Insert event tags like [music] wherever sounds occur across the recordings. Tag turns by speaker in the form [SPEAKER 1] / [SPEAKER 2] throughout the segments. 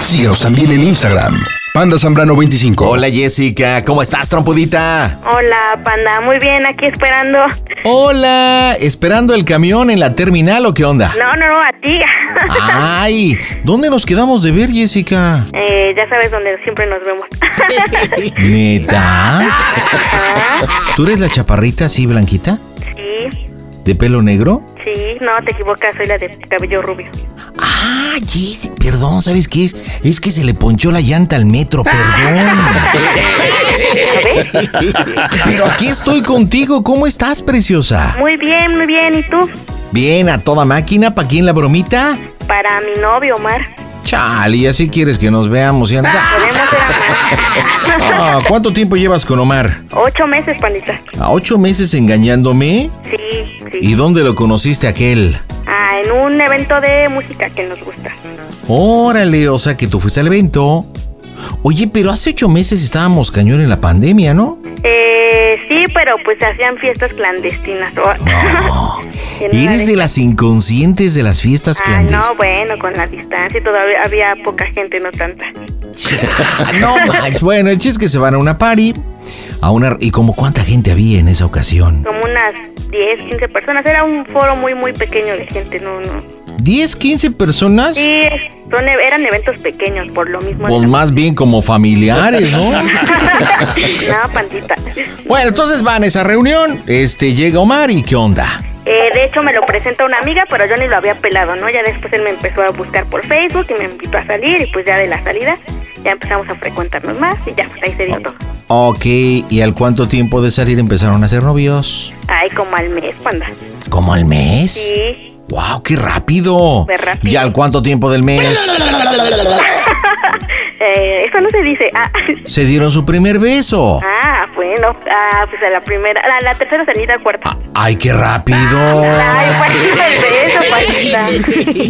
[SPEAKER 1] Síguenos también en Instagram. Panda Zambrano 25.
[SPEAKER 2] Hola Jessica, ¿cómo estás, trompudita?
[SPEAKER 3] Hola, panda. Muy bien, aquí esperando.
[SPEAKER 2] Hola, ¿esperando el camión en la terminal o qué onda?
[SPEAKER 3] No, no, no, a ti. [laughs]
[SPEAKER 2] Ay, ¿dónde nos quedamos de ver, [laughs] Jessica?
[SPEAKER 3] Eh, ya sabes dónde siempre nos vemos. [laughs]
[SPEAKER 2] [laughs] ¿Neta? ¿Tú eres la chaparrita así blanquita?
[SPEAKER 3] Sí,
[SPEAKER 2] ¿De pelo negro?
[SPEAKER 3] sí, no, te equivocas, soy la de cabello rubio.
[SPEAKER 2] Ah, Jessica, perdón, ¿sabes qué es? Es que se le ponchó la llanta al metro, perdón. [laughs] Pero aquí estoy contigo, ¿cómo estás, preciosa?
[SPEAKER 3] Muy bien, muy bien. ¿Y tú?
[SPEAKER 2] Bien, a toda máquina, ¿pa' quién la bromita?
[SPEAKER 3] Para mi novio, Omar.
[SPEAKER 2] Chale, y así quieres que nos veamos
[SPEAKER 3] [laughs]
[SPEAKER 2] y anda.
[SPEAKER 3] Podemos ser amantes.
[SPEAKER 2] Ah, ¿Cuánto tiempo llevas con Omar?
[SPEAKER 3] Ocho meses, pandita.
[SPEAKER 2] ¿A ocho meses engañándome?
[SPEAKER 3] Sí,
[SPEAKER 2] ¿Y
[SPEAKER 3] sí.
[SPEAKER 2] dónde lo conociste aquel?
[SPEAKER 3] Ah, en un evento de música que nos gusta.
[SPEAKER 2] Órale, o sea que tú fuiste al evento. Oye, pero hace ocho meses estábamos cañón en la pandemia, ¿no?
[SPEAKER 3] Eh, sí, pero pues se hacían fiestas clandestinas. Oh. [laughs] En una
[SPEAKER 2] Eres de las inconscientes de las fiestas
[SPEAKER 3] Ah, no,
[SPEAKER 2] clandestinas.
[SPEAKER 3] bueno, con la distancia y todavía había poca gente, no tanta.
[SPEAKER 2] [laughs] No, manches. bueno, el chiste es que se van a una party. A una, ¿Y como cuánta gente había en esa ocasión?
[SPEAKER 3] Como unas 10, 15 personas. Era un foro muy, muy pequeño de gente, no, no.
[SPEAKER 2] ¿10, 15 personas?
[SPEAKER 3] Sí, son, e- eran eventos pequeños, por lo mismo. [laughs]
[SPEAKER 2] Pues más bien como familiares, ¿no?
[SPEAKER 3] no, pandita.
[SPEAKER 2] Bueno, entonces van a esa reunión, este llega Omar y ¿qué onda?
[SPEAKER 3] Eh, de hecho, me lo presenta una amiga, pero yo ni lo había pelado, ¿no? Ya después él me empezó a buscar por Facebook y me invitó a salir y pues ya de la salida ya empezamos a frecuentarnos más y ya, pues ahí se dio todo.
[SPEAKER 2] Ok, ¿y al cuánto tiempo de salir empezaron a ser novios?
[SPEAKER 3] Ay, como al mes, panda.
[SPEAKER 2] ¿Como al mes?
[SPEAKER 3] Sí.
[SPEAKER 2] ¡Wow, qué rápido!
[SPEAKER 3] Fue rápido.
[SPEAKER 2] ¿Y al cuánto tiempo del mes?
[SPEAKER 3] Eh, eso no se dice. Ah, [laughs]
[SPEAKER 2] ¿Se dieron su primer beso?
[SPEAKER 3] ah bueno. Ah, pues a la primera, a la tercera salida, cuarta.
[SPEAKER 2] A- ¡Ay, qué rápido!
[SPEAKER 3] Ay, pues, partita el beso,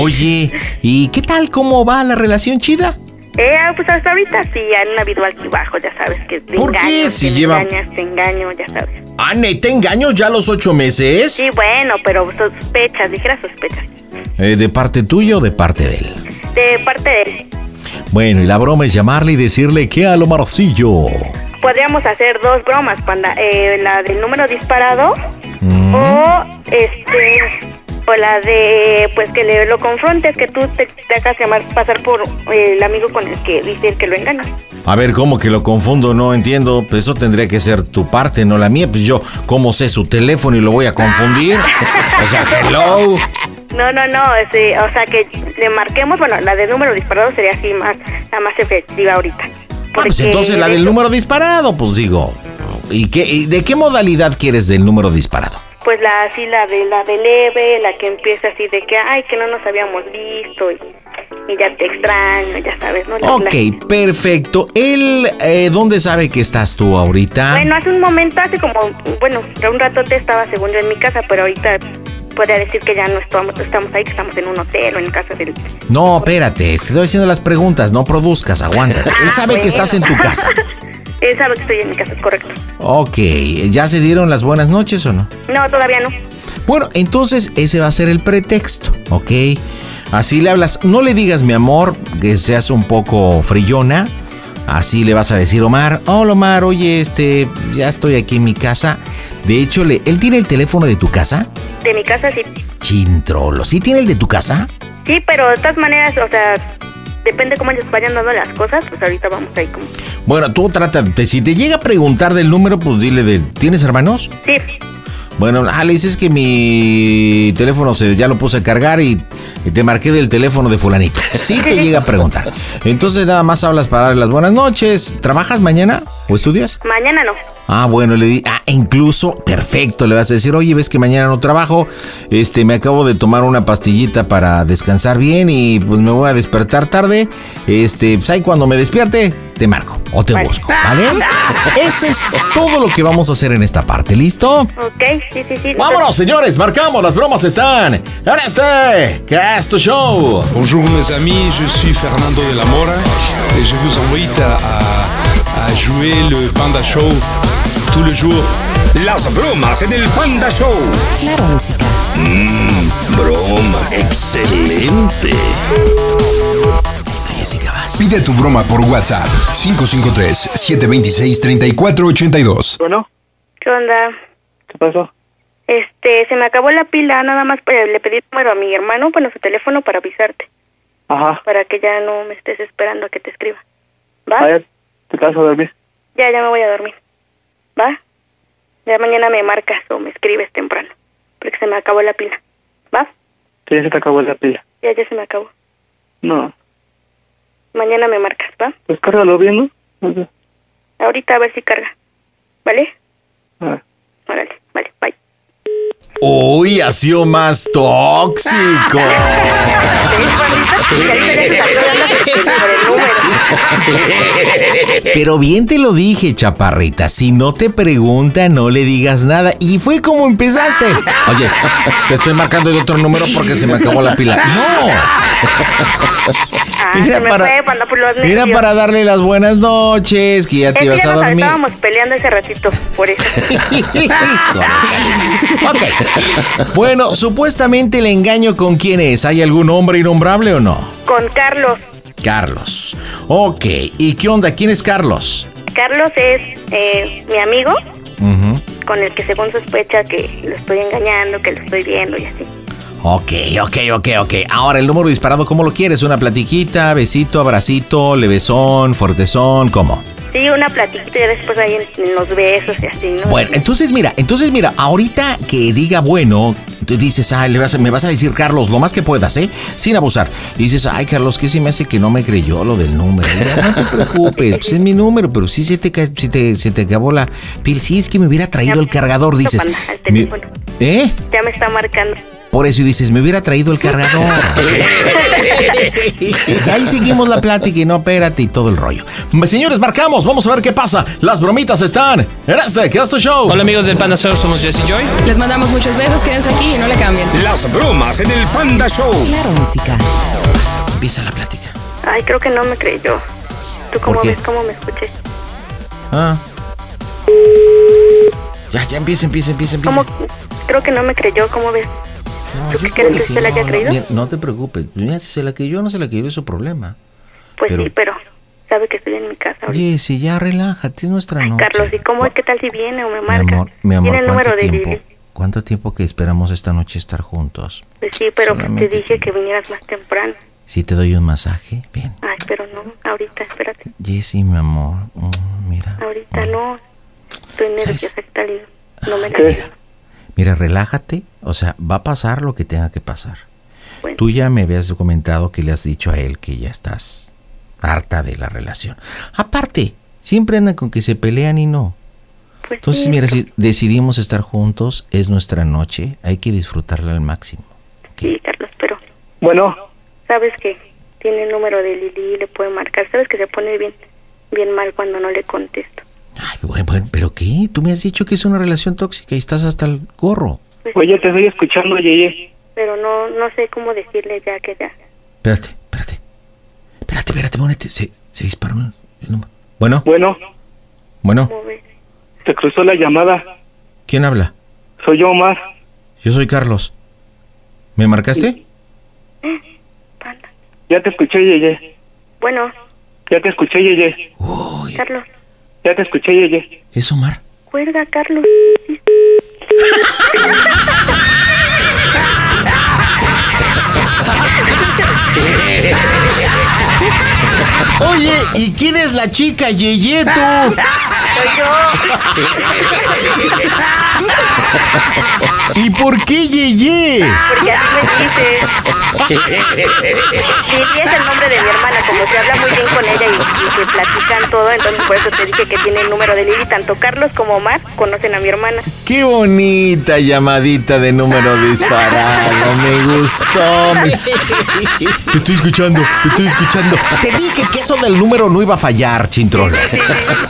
[SPEAKER 2] [laughs] Oye, ¿y qué tal? ¿Cómo va la relación chida?
[SPEAKER 3] Eh, ah, pues hasta ahorita sí, han habido altibajos, ya sabes que te
[SPEAKER 2] ¿Por qué?
[SPEAKER 3] engañas,
[SPEAKER 2] Si
[SPEAKER 3] que me
[SPEAKER 2] lleva-
[SPEAKER 3] engañas, te engaño, ya sabes.
[SPEAKER 2] Ah, ¿te engaño ya a los ocho meses?
[SPEAKER 3] Sí, bueno, pero sospechas, dijera sospechas.
[SPEAKER 2] Eh, ¿De parte tuya o de parte de él?
[SPEAKER 3] De parte de él,
[SPEAKER 2] Bueno, y la broma es llamarle y decirle que a lo marcillo.
[SPEAKER 3] podríamos hacer dos bromas, panda. Eh, la del número disparado
[SPEAKER 2] Mm.
[SPEAKER 3] o este o la de pues que le lo confrontes, que tú te, te hagas llamar pasar por eh, el amigo con el que dice que lo engañas.
[SPEAKER 2] A ver, ¿cómo que lo confundo? No entiendo. Pues eso tendría que ser tu parte, no la mía. Pues yo, ¿cómo sé su teléfono y lo voy a
[SPEAKER 3] [laughs]
[SPEAKER 2] confundir? o sea, hello. Pues
[SPEAKER 3] No, no, no, ese, o sea que le marquemos, bueno, la del número disparado sería así más, la más efectiva ahorita.
[SPEAKER 2] Ah, pues
[SPEAKER 3] Porque,
[SPEAKER 2] entonces la
[SPEAKER 3] de
[SPEAKER 2] del
[SPEAKER 3] hecho,
[SPEAKER 2] número disparado, pues digo. ¿Y, qué, y de qué modalidad quieres del número disparado?
[SPEAKER 3] Pues la así, la de la de leve, la que empieza así de que, ay, que no nos habíamos visto y, y ya te extraño, ya sabes, ¿no? La- la-
[SPEAKER 2] Ok, perfecto. Él, eh, ¿dónde sabe que estás tú ahorita?
[SPEAKER 3] Bueno, hace un momento, hace como, bueno, un rato te estaba según yo en mi casa, pero ahorita podría decir que ya no estamos, estamos ahí, que estamos en un hotel o en casa del...
[SPEAKER 2] No, espérate, estoy haciendo las preguntas, no produzcas, aguántate.
[SPEAKER 3] Ah,
[SPEAKER 2] Él sabe que estás en tu
[SPEAKER 3] [laughs]
[SPEAKER 2] casa.
[SPEAKER 3] Él sabe que estoy en mi casa, es correcto.
[SPEAKER 2] Ok, ¿ya se dieron las buenas noches o no?
[SPEAKER 3] No, todavía no.
[SPEAKER 2] Bueno, entonces ese va a ser el pretexto, ¿ok? Así le hablas, no le digas mi amor, que seas un poco frillona. Así le vas a decir, Omar, hola Omar, oye, este, ya estoy aquí en mi casa. De hecho, le, ¿él tiene el teléfono de tu casa?
[SPEAKER 3] De mi casa sí
[SPEAKER 2] Chintrolo, ¿sí tiene el de tu casa?
[SPEAKER 3] Sí, pero de todas maneras, o sea, depende cómo ellos vayan dando las cosas, pues ahorita vamos ahí como...
[SPEAKER 2] Bueno, tú trata, te- si te llega a preguntar del número, pues dile de, ¿tienes hermanos?
[SPEAKER 3] Sí,
[SPEAKER 2] Bueno, ah, le dices que mi teléfono se, ya lo puse a cargar y, y te marqué del teléfono de fulanito. Sí te llega a preguntar. Entonces nada más hablas para darle las buenas noches. ¿Trabajas mañana o estudias?
[SPEAKER 3] mañana no.
[SPEAKER 2] Ah, bueno, le di, ah, incluso, perfecto, le vas a decir, oye, ves que mañana no trabajo, este, me acabo de tomar una pastillita para descansar bien y pues me voy a despertar tarde, este, pues ahí cuando me despierte, te marco o te
[SPEAKER 3] Vale.
[SPEAKER 2] busco, ¿vale? Eso es todo lo que vamos a hacer en esta parte, ¿listo?
[SPEAKER 3] Ok, sí, sí, sí.
[SPEAKER 2] Vámonos, señores, marcamos, las bromas están en este Cast Show.
[SPEAKER 4] Bonjour mes amis, je suis Fernando de la Mora et je vous invite à, à- à jouer le Panda Show tout le jour.
[SPEAKER 5] Las bromas en el Panda Show.
[SPEAKER 6] Claro, música.
[SPEAKER 5] Broma, excelente.
[SPEAKER 1] Pide tu broma por WhatsApp 553-726-3482.
[SPEAKER 7] Bueno,
[SPEAKER 3] ¿Qué onda?
[SPEAKER 7] ¿qué pasó?
[SPEAKER 3] Este, se me acabó la pila, nada más pero le pedí el número a mi hermano, bueno, su teléfono para avisarte,
[SPEAKER 7] Ajá.
[SPEAKER 3] para que ya no me estés esperando a que te escriba.
[SPEAKER 7] A
[SPEAKER 3] ¿Va?
[SPEAKER 7] ver, ¿te vas a dormir?
[SPEAKER 3] Ya, ya me voy a dormir. ¿Va? Ya mañana me marcas o me escribes temprano, porque se me acabó la pila. ¿Va?
[SPEAKER 7] Que ya se te acabó la pila.
[SPEAKER 3] Ya, ya se me acabó.
[SPEAKER 7] No,
[SPEAKER 3] Mañana me marcas, ¿va?
[SPEAKER 7] pues cárgalo bien, ¿no? O sea,
[SPEAKER 3] Ahorita a ver si carga. ¿Vale?
[SPEAKER 7] ah.
[SPEAKER 3] Órale, vale, bye.
[SPEAKER 2] Uy, ha sido más tóxico.
[SPEAKER 3] Y ahorita ya se salió de onda porque por el número.
[SPEAKER 2] [laughs] Pero bien te lo dije, chaparrita. Si no te pregunta, no le digas nada. Y fue como empezaste. Oye, te estoy marcando de otro número porque se me acabó la pila. No.
[SPEAKER 3] Ah, se me fue, cuando pues, los
[SPEAKER 2] era
[SPEAKER 3] nervios.
[SPEAKER 2] para darle las buenas noches, que ya
[SPEAKER 3] Es
[SPEAKER 2] te
[SPEAKER 3] que
[SPEAKER 2] ibas
[SPEAKER 3] ya
[SPEAKER 2] a
[SPEAKER 3] nos
[SPEAKER 2] dormir.
[SPEAKER 3] estábamos peleando ese ratito, por eso.
[SPEAKER 2] [laughs] ok. Bueno, supuestamente el engaño con quién es. ¿Hay algún hombre innombrable o no?
[SPEAKER 3] Con Carlos.
[SPEAKER 2] Carlos. Ok. ¿Y qué onda? ¿Quién es Carlos?
[SPEAKER 3] Carlos es eh, mi amigo
[SPEAKER 2] Ujú.
[SPEAKER 3] con el que según sospecha que lo estoy engañando, que lo estoy viendo y así.
[SPEAKER 2] Ok, ok, ok, ok. Ahora, el número disparado, ¿cómo lo quieres? ¿Una platiquita, besito, abracito, levesón, fortezón? ¿Cómo?
[SPEAKER 3] Sí, una platiquita y después ahí en, en los besos y así, ¿no?
[SPEAKER 2] Bueno, entonces mira, entonces mira, ahorita que diga bueno, tú dices, ay, le vas a- me vas a decir Carlos lo más que puedas, ¿eh? Sin abusar. Y dices, ay, Carlos, ¿qué se me hace que no me creyó lo del número? Y ya, no te preocupes, pues es mi número, pero sí se te, ca- se te, se te acabó la piel. Sí, es que me hubiera traído el cargador, dices.
[SPEAKER 3] Panda, al
[SPEAKER 2] "Me-
[SPEAKER 3] teléfono.
[SPEAKER 2] ¿Eh?
[SPEAKER 3] Ya me está marcando.
[SPEAKER 2] Por eso y dices, me hubiera traído el cargador. y ahí seguimos la plática y no, espérate y todo el rollo. Señores, marcamos, vamos a ver qué pasa. Las bromitas están en este Crasto Show.
[SPEAKER 8] Hola amigos del Panda Show, somos Jesse Joy.
[SPEAKER 6] Les mandamos muchos besos, quédense aquí y no le cambien.
[SPEAKER 5] Las bromas en el Panda Show.
[SPEAKER 6] Claro, música.
[SPEAKER 2] Empieza la plática.
[SPEAKER 3] Ay, creo que no me creyó. ¿Tú cómo
[SPEAKER 2] ¿Por qué?
[SPEAKER 3] ves? ¿Cómo me escuché?
[SPEAKER 2] Ah. Ya, ya empieza, empieza, empieza, empieza.
[SPEAKER 3] ¿Cómo? Creo que no me creyó. ¿Cómo ves?
[SPEAKER 2] No,
[SPEAKER 3] ¿Tú qué
[SPEAKER 2] yo
[SPEAKER 3] crees que
[SPEAKER 2] sí,
[SPEAKER 3] usted la
[SPEAKER 2] no,
[SPEAKER 3] haya
[SPEAKER 2] no,
[SPEAKER 3] creído?
[SPEAKER 2] mira, no te preocupes. Mira, si se la creyó o no se la creyó es su problema.
[SPEAKER 3] Pues
[SPEAKER 2] Pero-
[SPEAKER 3] sí, pero sabe que estoy en mi casa ahorita.
[SPEAKER 2] Jessy, ya relájate, es nuestra
[SPEAKER 3] Ay,
[SPEAKER 2] noche.
[SPEAKER 3] Carlos, ¿y cómo es? ¿Qué tal si viene o me
[SPEAKER 2] Mi
[SPEAKER 3] marca?
[SPEAKER 2] amor, mi amor,
[SPEAKER 3] Tiene el
[SPEAKER 2] ¿cuánto
[SPEAKER 3] número de
[SPEAKER 2] tiempo?
[SPEAKER 3] Lili.
[SPEAKER 2] ¿Cuánto tiempo que esperamos esta noche estar juntos?
[SPEAKER 3] Pues sí, pero pues te
[SPEAKER 2] Solamente
[SPEAKER 3] dije que vinieras más temprano.
[SPEAKER 2] Si te doy un masaje, bien.
[SPEAKER 3] Ay, pero no, ahorita, espérate.
[SPEAKER 2] Jessy, mi amor, mm, mira.
[SPEAKER 3] Ahorita no. Estoy nerviosa, ¿qué tal? y No me creyó.
[SPEAKER 2] Mira, mira, relájate. O sea, va a pasar lo que tenga que pasar.
[SPEAKER 3] Bueno.
[SPEAKER 2] Tú ya me habías comentado que le has dicho a él que ya estás harta de la relación. Aparte, siempre andan con que se pelean y no.
[SPEAKER 3] Pues
[SPEAKER 2] Entonces,
[SPEAKER 3] sí,
[SPEAKER 2] mira, si decidimos estar juntos, es nuestra noche, hay que disfrutarla al máximo.
[SPEAKER 3] Sí, Carlos, pero
[SPEAKER 7] Bueno,
[SPEAKER 3] sabes que tiene el número de Lili y le puede marcar. Sabes que se pone bien bien mal cuando no le contesto.
[SPEAKER 2] Ay, bueno, bueno, pero ¿qué? Tú me has dicho que es una relación tóxica y estás hasta el gorro.
[SPEAKER 7] oye, te estoy escuchando, Yeye.
[SPEAKER 3] Pero no no sé cómo decirle ya que ya.
[SPEAKER 2] Espérate, espérate. Espérate, espérate, ponete. Se, se disparó el el número. Bueno,
[SPEAKER 7] Bueno,
[SPEAKER 2] bueno,
[SPEAKER 3] ¿Cómo ves?
[SPEAKER 7] te cruzó la llamada.
[SPEAKER 2] ¿quién habla?
[SPEAKER 7] Soy yo, Omar.
[SPEAKER 2] Yo soy Carlos. ¿Me marcaste?
[SPEAKER 3] Panda.
[SPEAKER 7] Ya te escuché, Yeye.
[SPEAKER 3] Bueno,
[SPEAKER 7] Ya te escuché, Yeye.
[SPEAKER 2] Uy,
[SPEAKER 3] Carlos,
[SPEAKER 7] Ya te escuché, Yeye.
[SPEAKER 2] es Omar.
[SPEAKER 3] cuelga, Carlos.
[SPEAKER 2] Oye, ¿y quién es la chica, Yeye, tú? ¿Y por qué Yeye?
[SPEAKER 3] Porque así me dice. Y es el nombre de mi hermana, como se habla muy bien con ella y, y se platican todo, entonces por eso te dije que tiene el número de Lili, tanto Carlos como Omar conocen a mi hermana.
[SPEAKER 2] Qué bonita llamadita de número
[SPEAKER 9] [laughs]
[SPEAKER 2] disparado, me
[SPEAKER 3] [laughs]
[SPEAKER 2] gustó. me- Te estoy escuchando, te estoy escuchando. Te dije que eso del número no iba a fallar, Chintrol.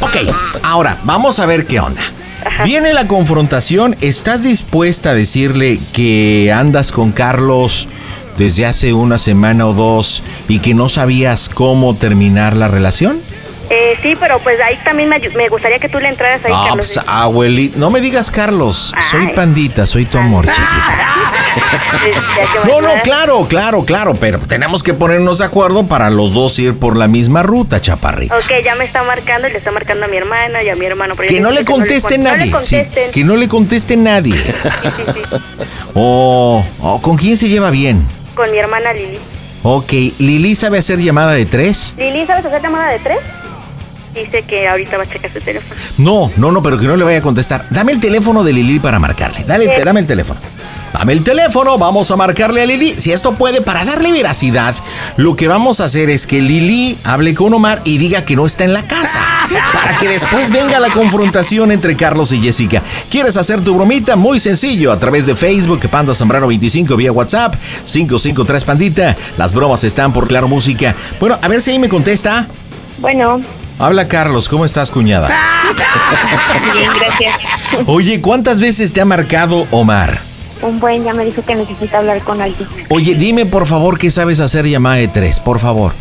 [SPEAKER 2] Ok, ahora vamos a ver qué onda. Viene la confrontación, ¿estás dispuesta a decirle que andas con Carlos desde hace una semana o dos y que no sabías cómo terminar la relación?
[SPEAKER 3] Eh, sí, pero pues ahí también me, ayu- me gustaría que tú le entraras ahí,
[SPEAKER 2] Ah,
[SPEAKER 3] Carlos.
[SPEAKER 2] pues, abueli- no me digas Carlos, soy
[SPEAKER 3] Ay.
[SPEAKER 2] pandita, soy tu amor, chiquita.
[SPEAKER 3] Sí, ya que me
[SPEAKER 2] ah, No, no,
[SPEAKER 3] ayudaras.
[SPEAKER 2] claro, claro, claro, pero tenemos que ponernos de acuerdo para los dos ir por la misma ruta, chaparrita.
[SPEAKER 3] Ok, ya me está marcando y le está marcando a mi hermana y a mi hermano. pero
[SPEAKER 2] Que
[SPEAKER 3] yo
[SPEAKER 2] no le
[SPEAKER 3] dije
[SPEAKER 2] conteste
[SPEAKER 3] con-
[SPEAKER 2] nadie.
[SPEAKER 3] No le
[SPEAKER 2] sí,
[SPEAKER 3] contesten.
[SPEAKER 2] que no le conteste nadie.
[SPEAKER 3] Sí, sí, sí.
[SPEAKER 2] O o con quién se lleva bien.
[SPEAKER 3] Con mi hermana Lili.
[SPEAKER 2] Ok, Lili sabe hacer llamada de tres.
[SPEAKER 3] Lili, ¿sabes hacer llamada de tres? Dice que ahorita va a checar su teléfono.
[SPEAKER 2] No, no, no, pero que no le vaya a contestar. Dame el teléfono de Lili para marcarle. Dale,
[SPEAKER 3] Sí.
[SPEAKER 2] te- dame el teléfono. Dame el teléfono, vamos a marcarle a Lili. Si esto puede, para darle veracidad, lo que vamos a hacer es que Lili hable con Omar y diga que no está en la casa. Para que después venga la confrontación entre Carlos y Jessica. ¿Quieres hacer tu bromita? Muy sencillo, a través de Facebook, Panda Zambrano 25, vía WhatsApp, 553 Pandita. Las bromas están por Claro Música. Bueno, a ver si ahí me contesta.
[SPEAKER 3] Bueno,
[SPEAKER 2] Habla Carlos, ¿cómo estás, cuñada?
[SPEAKER 3] bien, gracias.
[SPEAKER 2] Oye, ¿cuántas veces te ha marcado Omar?
[SPEAKER 3] Un buen ya me dijo que necesita hablar con alguien.
[SPEAKER 2] Oye, dime por favor qué sabes hacer llamada de tres, por favor.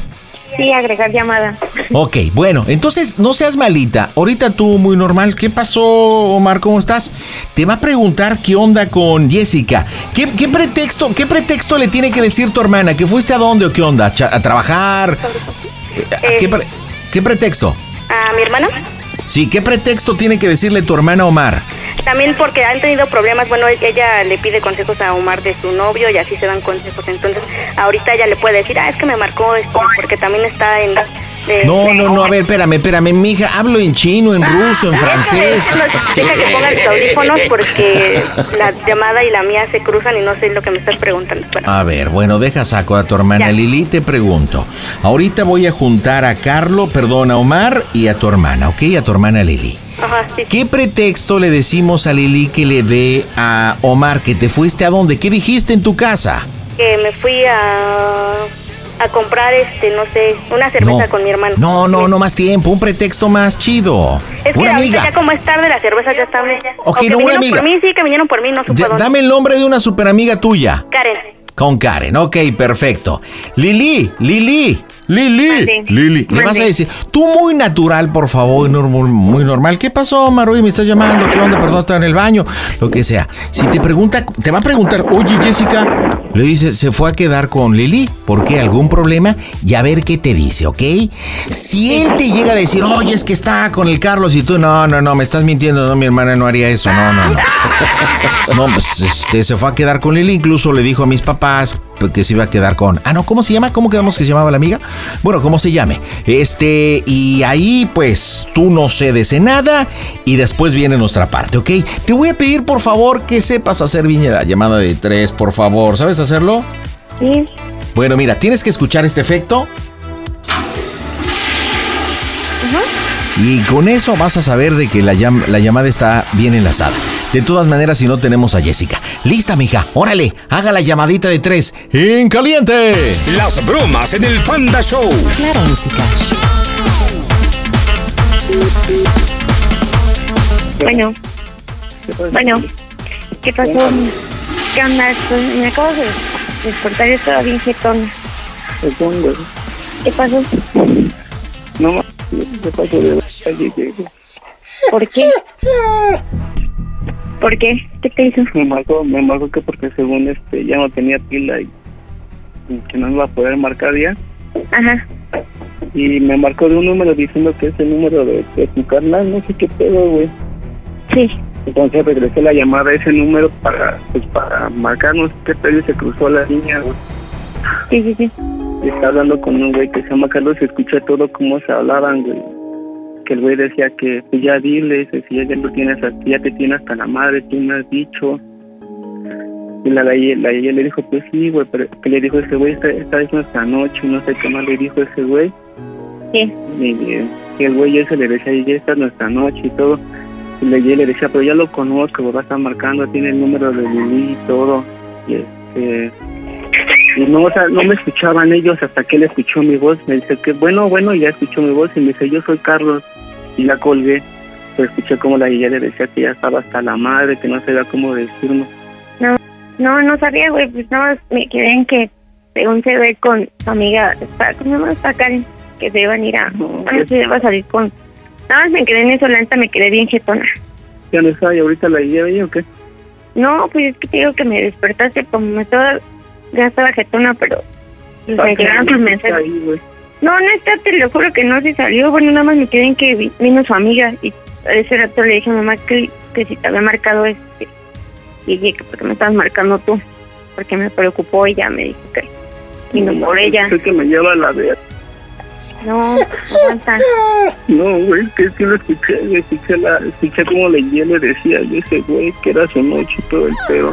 [SPEAKER 3] Sí, agregar llamada.
[SPEAKER 2] Ok, bueno, entonces no seas malita. Ahorita tú muy normal. ¿Qué pasó, Omar? ¿Cómo estás? Te va a preguntar qué onda con Jessica. ¿Qué, qué pretexto, qué pretexto le tiene que decir tu hermana? ¿Que fuiste a dónde o qué onda? ¿A cha- ¿A trabajar? Eh, ¿A qué, pre- qué pretexto?
[SPEAKER 3] ¿A mi hermano?
[SPEAKER 2] Sí, ¿qué pretexto tiene que decirle tu hermana a Omar?
[SPEAKER 3] También porque han tenido problemas. Bueno, e-, ella le pide consejos a Omar de su novio y así se dan consejos. Entonces, ahorita ella le puede decir, ah, es que me marcó esto, porque también está en... de-
[SPEAKER 2] No,
[SPEAKER 3] de-
[SPEAKER 2] no, no, a ver, espérame, espérame, mija. Hablo en chino, en ruso, en francés.
[SPEAKER 3] Déjame, déjame, Deja que pongan los audífonos porque la llamada y la mía se cruzan y no sé lo que me estás preguntando. Bueno,
[SPEAKER 2] A ver, bueno, deja saco a tu hermana
[SPEAKER 3] Ya.
[SPEAKER 2] Lili, te pregunto. Ahorita voy a juntar a Carlo, perdón, a Omar y a tu hermana, ¿ok? A tu hermana Lili.
[SPEAKER 3] ajá, sí.
[SPEAKER 2] ¿Qué pretexto le decimos a Lili que le dé a Omar que te fuiste a dónde? ¿Qué dijiste en tu casa?
[SPEAKER 3] Que me fui a, a comprar, este, no sé, una cerveza con mi hermano.
[SPEAKER 2] No, no,
[SPEAKER 3] Me-
[SPEAKER 2] no más tiempo, un pretexto más chido.
[SPEAKER 3] Es que
[SPEAKER 2] Una
[SPEAKER 3] ahorita
[SPEAKER 2] amiga.
[SPEAKER 3] ya como es tarde, las cervezas ya están...
[SPEAKER 2] Ok,
[SPEAKER 3] O que
[SPEAKER 2] no, una
[SPEAKER 3] vinieron
[SPEAKER 2] amiga.
[SPEAKER 3] por mí, sí, que vinieron por mí, no supe
[SPEAKER 2] Ya,
[SPEAKER 3] dónde.
[SPEAKER 2] dame el nombre de una superamiga tuya.
[SPEAKER 3] Karen.
[SPEAKER 2] Con Karen, ok, perfecto. Lili, Lili, Lili,
[SPEAKER 3] Mande.
[SPEAKER 2] Lili. Le vas a
[SPEAKER 3] Mande.
[SPEAKER 2] decir, tú muy natural, por favor, nor- muy, muy normal. ¿Qué pasó, Omar? Oye, me estás llamando, ¿qué onda? Perdón, estaba en el baño, lo que sea. Si te pregunta, te va a preguntar, oye, Jessica, le dice, se fue a quedar con Lili, ¿por qué? ¿Algún problema? Y a ver qué te dice, ¿ok? Si él te llega a decir, oye, es que está con el Carlos y tú, no, no, no, me estás mintiendo, no, mi hermana no haría eso, no, no, no. No, pues este, se fue a quedar con Lili. Incluso le dijo a mis papás que se iba a quedar con. Ah, no, ¿cómo se llama? ¿Cómo quedamos que se llamaba la amiga? Bueno, ¿cómo se llame? Este, y ahí, pues, tú no cedes en nada. Y después viene nuestra parte, ¿ok? Te voy a pedir, por favor, que sepas hacer bien la llamada de tres, por favor. ¿Sabes hacerlo?
[SPEAKER 3] Sí.
[SPEAKER 2] Bueno, mira, tienes que escuchar este efecto. Y con eso vas a saber de que la, llam- la llamada está bien enlazada. De todas maneras, si no tenemos a Jessica. Lista, mija. Órale, haga la llamadita de tres. ¡En caliente!
[SPEAKER 5] Las bromas en el Panda Show.
[SPEAKER 6] Claro, música.
[SPEAKER 10] Bueno, bueno, ¿qué pasó? ¿Qué onda? Pues, Me acabo de despertar, yo estaba bien jetona.
[SPEAKER 7] Segundo,
[SPEAKER 10] ¿Qué pasó?
[SPEAKER 7] no más. ¿Qué pasó de Yeye?
[SPEAKER 10] ¿Por qué? ¿Por qué? ¿Qué te hizo?
[SPEAKER 7] Me marcó, me marcó que porque según este ya no tenía pila y, y que no me iba a poder marcar ya.
[SPEAKER 10] Ajá.
[SPEAKER 7] Y me marcó de un número diciendo que es el número de, de tu carnal, no sé qué pedo, güey.
[SPEAKER 10] Sí.
[SPEAKER 7] Entonces regresé la llamada a ese número para, pues, para marcarnos qué pedo y se cruzó la línea, güey.
[SPEAKER 9] Sí, sí, sí.
[SPEAKER 7] Está hablando con un güey que se llama Carlos y escuché todo cómo se hablaban, güey. Que el güey decía que pues ya dile, dice, si ya, ya lo tienes, a- ya te tiene hasta la madre, tú me has dicho. Y la, la, la- ella le dijo, pues sí, güey, pero que le dijo ese güey, esta, esta es nuestra noche, no sé qué más le dijo ese güey.
[SPEAKER 9] Sí.
[SPEAKER 7] Y, eh, y el güey ese le decía, ya esta es nuestra noche y todo. Y le, y le decía, pero ya lo conozco, güey, va a estar marcando, tiene el número de Lili y todo. Y este... Y no, o sea, no me escuchaban ellos hasta que él escuchó mi voz. Me dice que bueno, bueno, y ya escuchó mi voz y me dice, yo soy Carlos. Y la colgué. Pero escuché como la guía le decía que ya estaba hasta la madre, que no sabía cómo decirnos.
[SPEAKER 9] No, no, no sabía, güey. Pues nada más me quedé en que según se ve con su amiga, está, ¿cómo se llama? Está Karen, que se iban a ir a... Bueno, se iba a salir con... Nada más me quedé en eso, la neta, me quedé bien jetona.
[SPEAKER 7] ¿Ya no está? ¿Y ahorita la guía ahí o qué?
[SPEAKER 9] No, pues es que te digo que me despertaste como me estaba... Ya estaba jetona, pero... pues, me llegaron sus mensajes.
[SPEAKER 7] Ahí, güey.
[SPEAKER 9] No, neta, te lo juro que no se salió. Bueno, nada más me quedé en que vi- vino su amiga y a ese rato le dije a mamá que, que si te había marcado este. Y dije que porque me estabas marcando tú. Porque me preocupó y ya me dijo que vino por ella.
[SPEAKER 7] Creo que me lleva a la verga.
[SPEAKER 9] No, aguanta.
[SPEAKER 7] No, güey, es que, es que lo escuché, güey, escuché, la, escuché como la guía le decía y ese güey que era su noche y todo el pedo.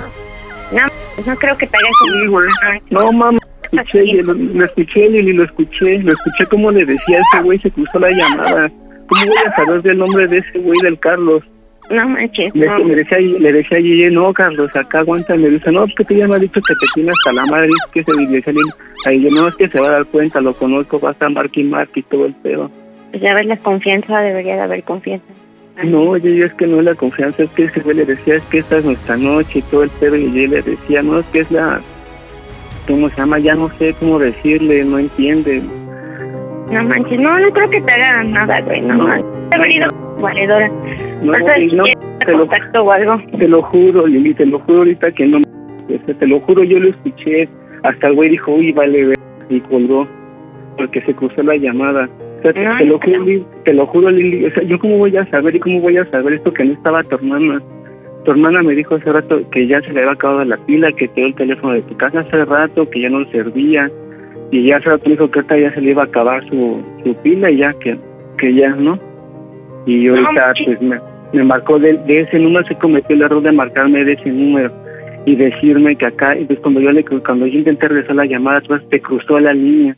[SPEAKER 9] No, pues no creo que te hayas
[SPEAKER 7] Sí, güey. No, mames. Escuché, y lo, lo escuché, Lili, lo escuché. Lo escuché como le decía a ese güey, se cruzó la llamada. ¿Cómo voy a saber del nombre de ese güey del Carlos?
[SPEAKER 9] No manches,
[SPEAKER 7] Le,
[SPEAKER 9] no.
[SPEAKER 7] me decía, le decía a Yeye, no, Carlos, acá aguanta. Me dice, no, es que tú ya me has dicho que te tiene hasta la madre. Es que se le decía a Lili, a Yeye, no, es que se va a dar cuenta, lo conozco, va a estar marque y marque y todo el pedo.
[SPEAKER 9] Pues ya ves la confianza, debería de haber confianza.
[SPEAKER 7] No, Yeye, es que no es la confianza, es que ese güey le decía, es que esta es nuestra noche y todo el pedo. Y Yeye le decía, no, es que es la. ¿Cómo se llama? Ya no sé cómo decirle, no entiende.
[SPEAKER 9] No manches, no, no creo que te haga nada, güey. No, manches. Debería de haber ido valedora.
[SPEAKER 7] No,
[SPEAKER 9] O sea,
[SPEAKER 7] güey,
[SPEAKER 9] si
[SPEAKER 7] no,
[SPEAKER 9] quieres
[SPEAKER 7] te lo-
[SPEAKER 9] contacto o algo.
[SPEAKER 7] Te lo juro, Lili, te lo juro ahorita que no. me- este, Te lo juro, yo lo escuché. Hasta el güey dijo, uy, vale, ver", y colgó. Porque se cruzó la llamada. O sea, te,
[SPEAKER 9] No,
[SPEAKER 7] te lo
[SPEAKER 9] no.
[SPEAKER 7] juro, Lili, te lo juro, Lili. O sea, yo cómo voy a saber y cómo voy a saber esto que no estaba tu hermana. Tu hermana me dijo hace rato que ya se le había acabado la pila, que te dio el teléfono de tu casa hace rato, que ya no le servía. Y ya hace rato dijo que ahorita ya se le iba a acabar su, su pila y ya que, que ya, ¿no? Y ahorita,
[SPEAKER 9] manches.
[SPEAKER 7] pues, me, me marcó de, de ese número, se cometió el error de marcarme de ese número y decirme que acá, y pues cuando yo le cuando yo intenté regresar la llamada, pues te cruzó la línea.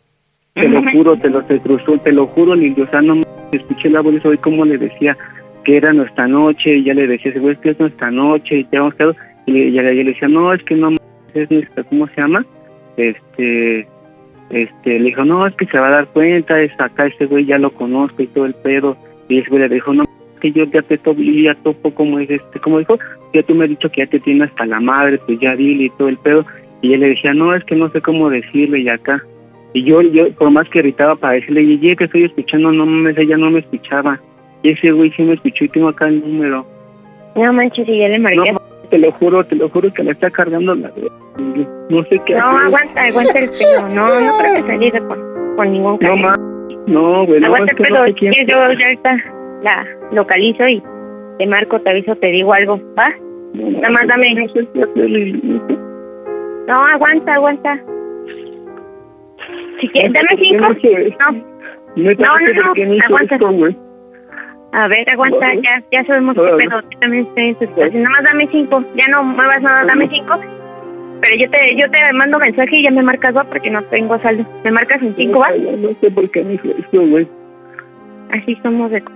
[SPEAKER 7] Te lo
[SPEAKER 9] Ujú.
[SPEAKER 7] juro, te lo te cruzó, te lo juro, Lili, o sea, no m- escuché la voz y oí cómo le decía que era nuestra noche, y ya le decía, ese güey, es que es nuestra noche, y te hemos quedado, y le, y a la- y le decía, no, es que no, m- es nuestra, ¿cómo se llama? Este, este, le dijo, no, es que se va a dar cuenta, es acá, ese güey ya lo conozco y todo el pedo, y ese güey le dijo, no, m- que yo ya te topo, ya topo, como es este, como dijo, ya tú me has dicho que ya te tiene hasta la madre, pues ya dile y todo el pedo, y él le decía, no, es que no sé cómo decirle, y acá, y yo, yo por más que gritaba para decirle, Yeye, que estoy escuchando, no mames, ella no me escuchaba. Y ese güey sí me escuchó y tengo acá el número.
[SPEAKER 9] No manches, y ya le marqué.
[SPEAKER 7] No, te lo juro, te lo juro que me está cargando la... No sé qué
[SPEAKER 9] No,
[SPEAKER 7] hacer.
[SPEAKER 9] aguanta, aguanta el pelo. No, no creo que se ligue con, con ningún
[SPEAKER 7] No,
[SPEAKER 9] café.
[SPEAKER 7] ma... No, güey, no,
[SPEAKER 9] aguanta
[SPEAKER 7] es
[SPEAKER 9] el
[SPEAKER 7] que no
[SPEAKER 9] pelo.
[SPEAKER 7] sé quién...
[SPEAKER 9] que Yo ya ahorita la localizo y te marco, te aviso, te digo algo. ¿Va? Nada más dame.
[SPEAKER 7] No sé qué hacer, Lili.
[SPEAKER 9] No, aguanta, aguanta. Si quieres, dame cinco.
[SPEAKER 7] No sé.
[SPEAKER 9] No,
[SPEAKER 7] Neta,
[SPEAKER 9] No,
[SPEAKER 7] sé
[SPEAKER 9] no,
[SPEAKER 7] por qué me hizo
[SPEAKER 9] aguanta.
[SPEAKER 7] esto, güey.
[SPEAKER 9] a ver, aguanta,
[SPEAKER 7] Vale.
[SPEAKER 9] ya, ya sabemos qué
[SPEAKER 7] Vale.
[SPEAKER 9] pedo. Yo también estoy en tu situación. Nada más dame cinco. Ya no muevas nada, dame cinco. Pero yo te, yo te mando mensaje y ya me marcas, va, porque no tengo saldo. Me marcas en cinco, va.
[SPEAKER 7] No sé por qué me hizo esto, güey.
[SPEAKER 9] Así somos de... c-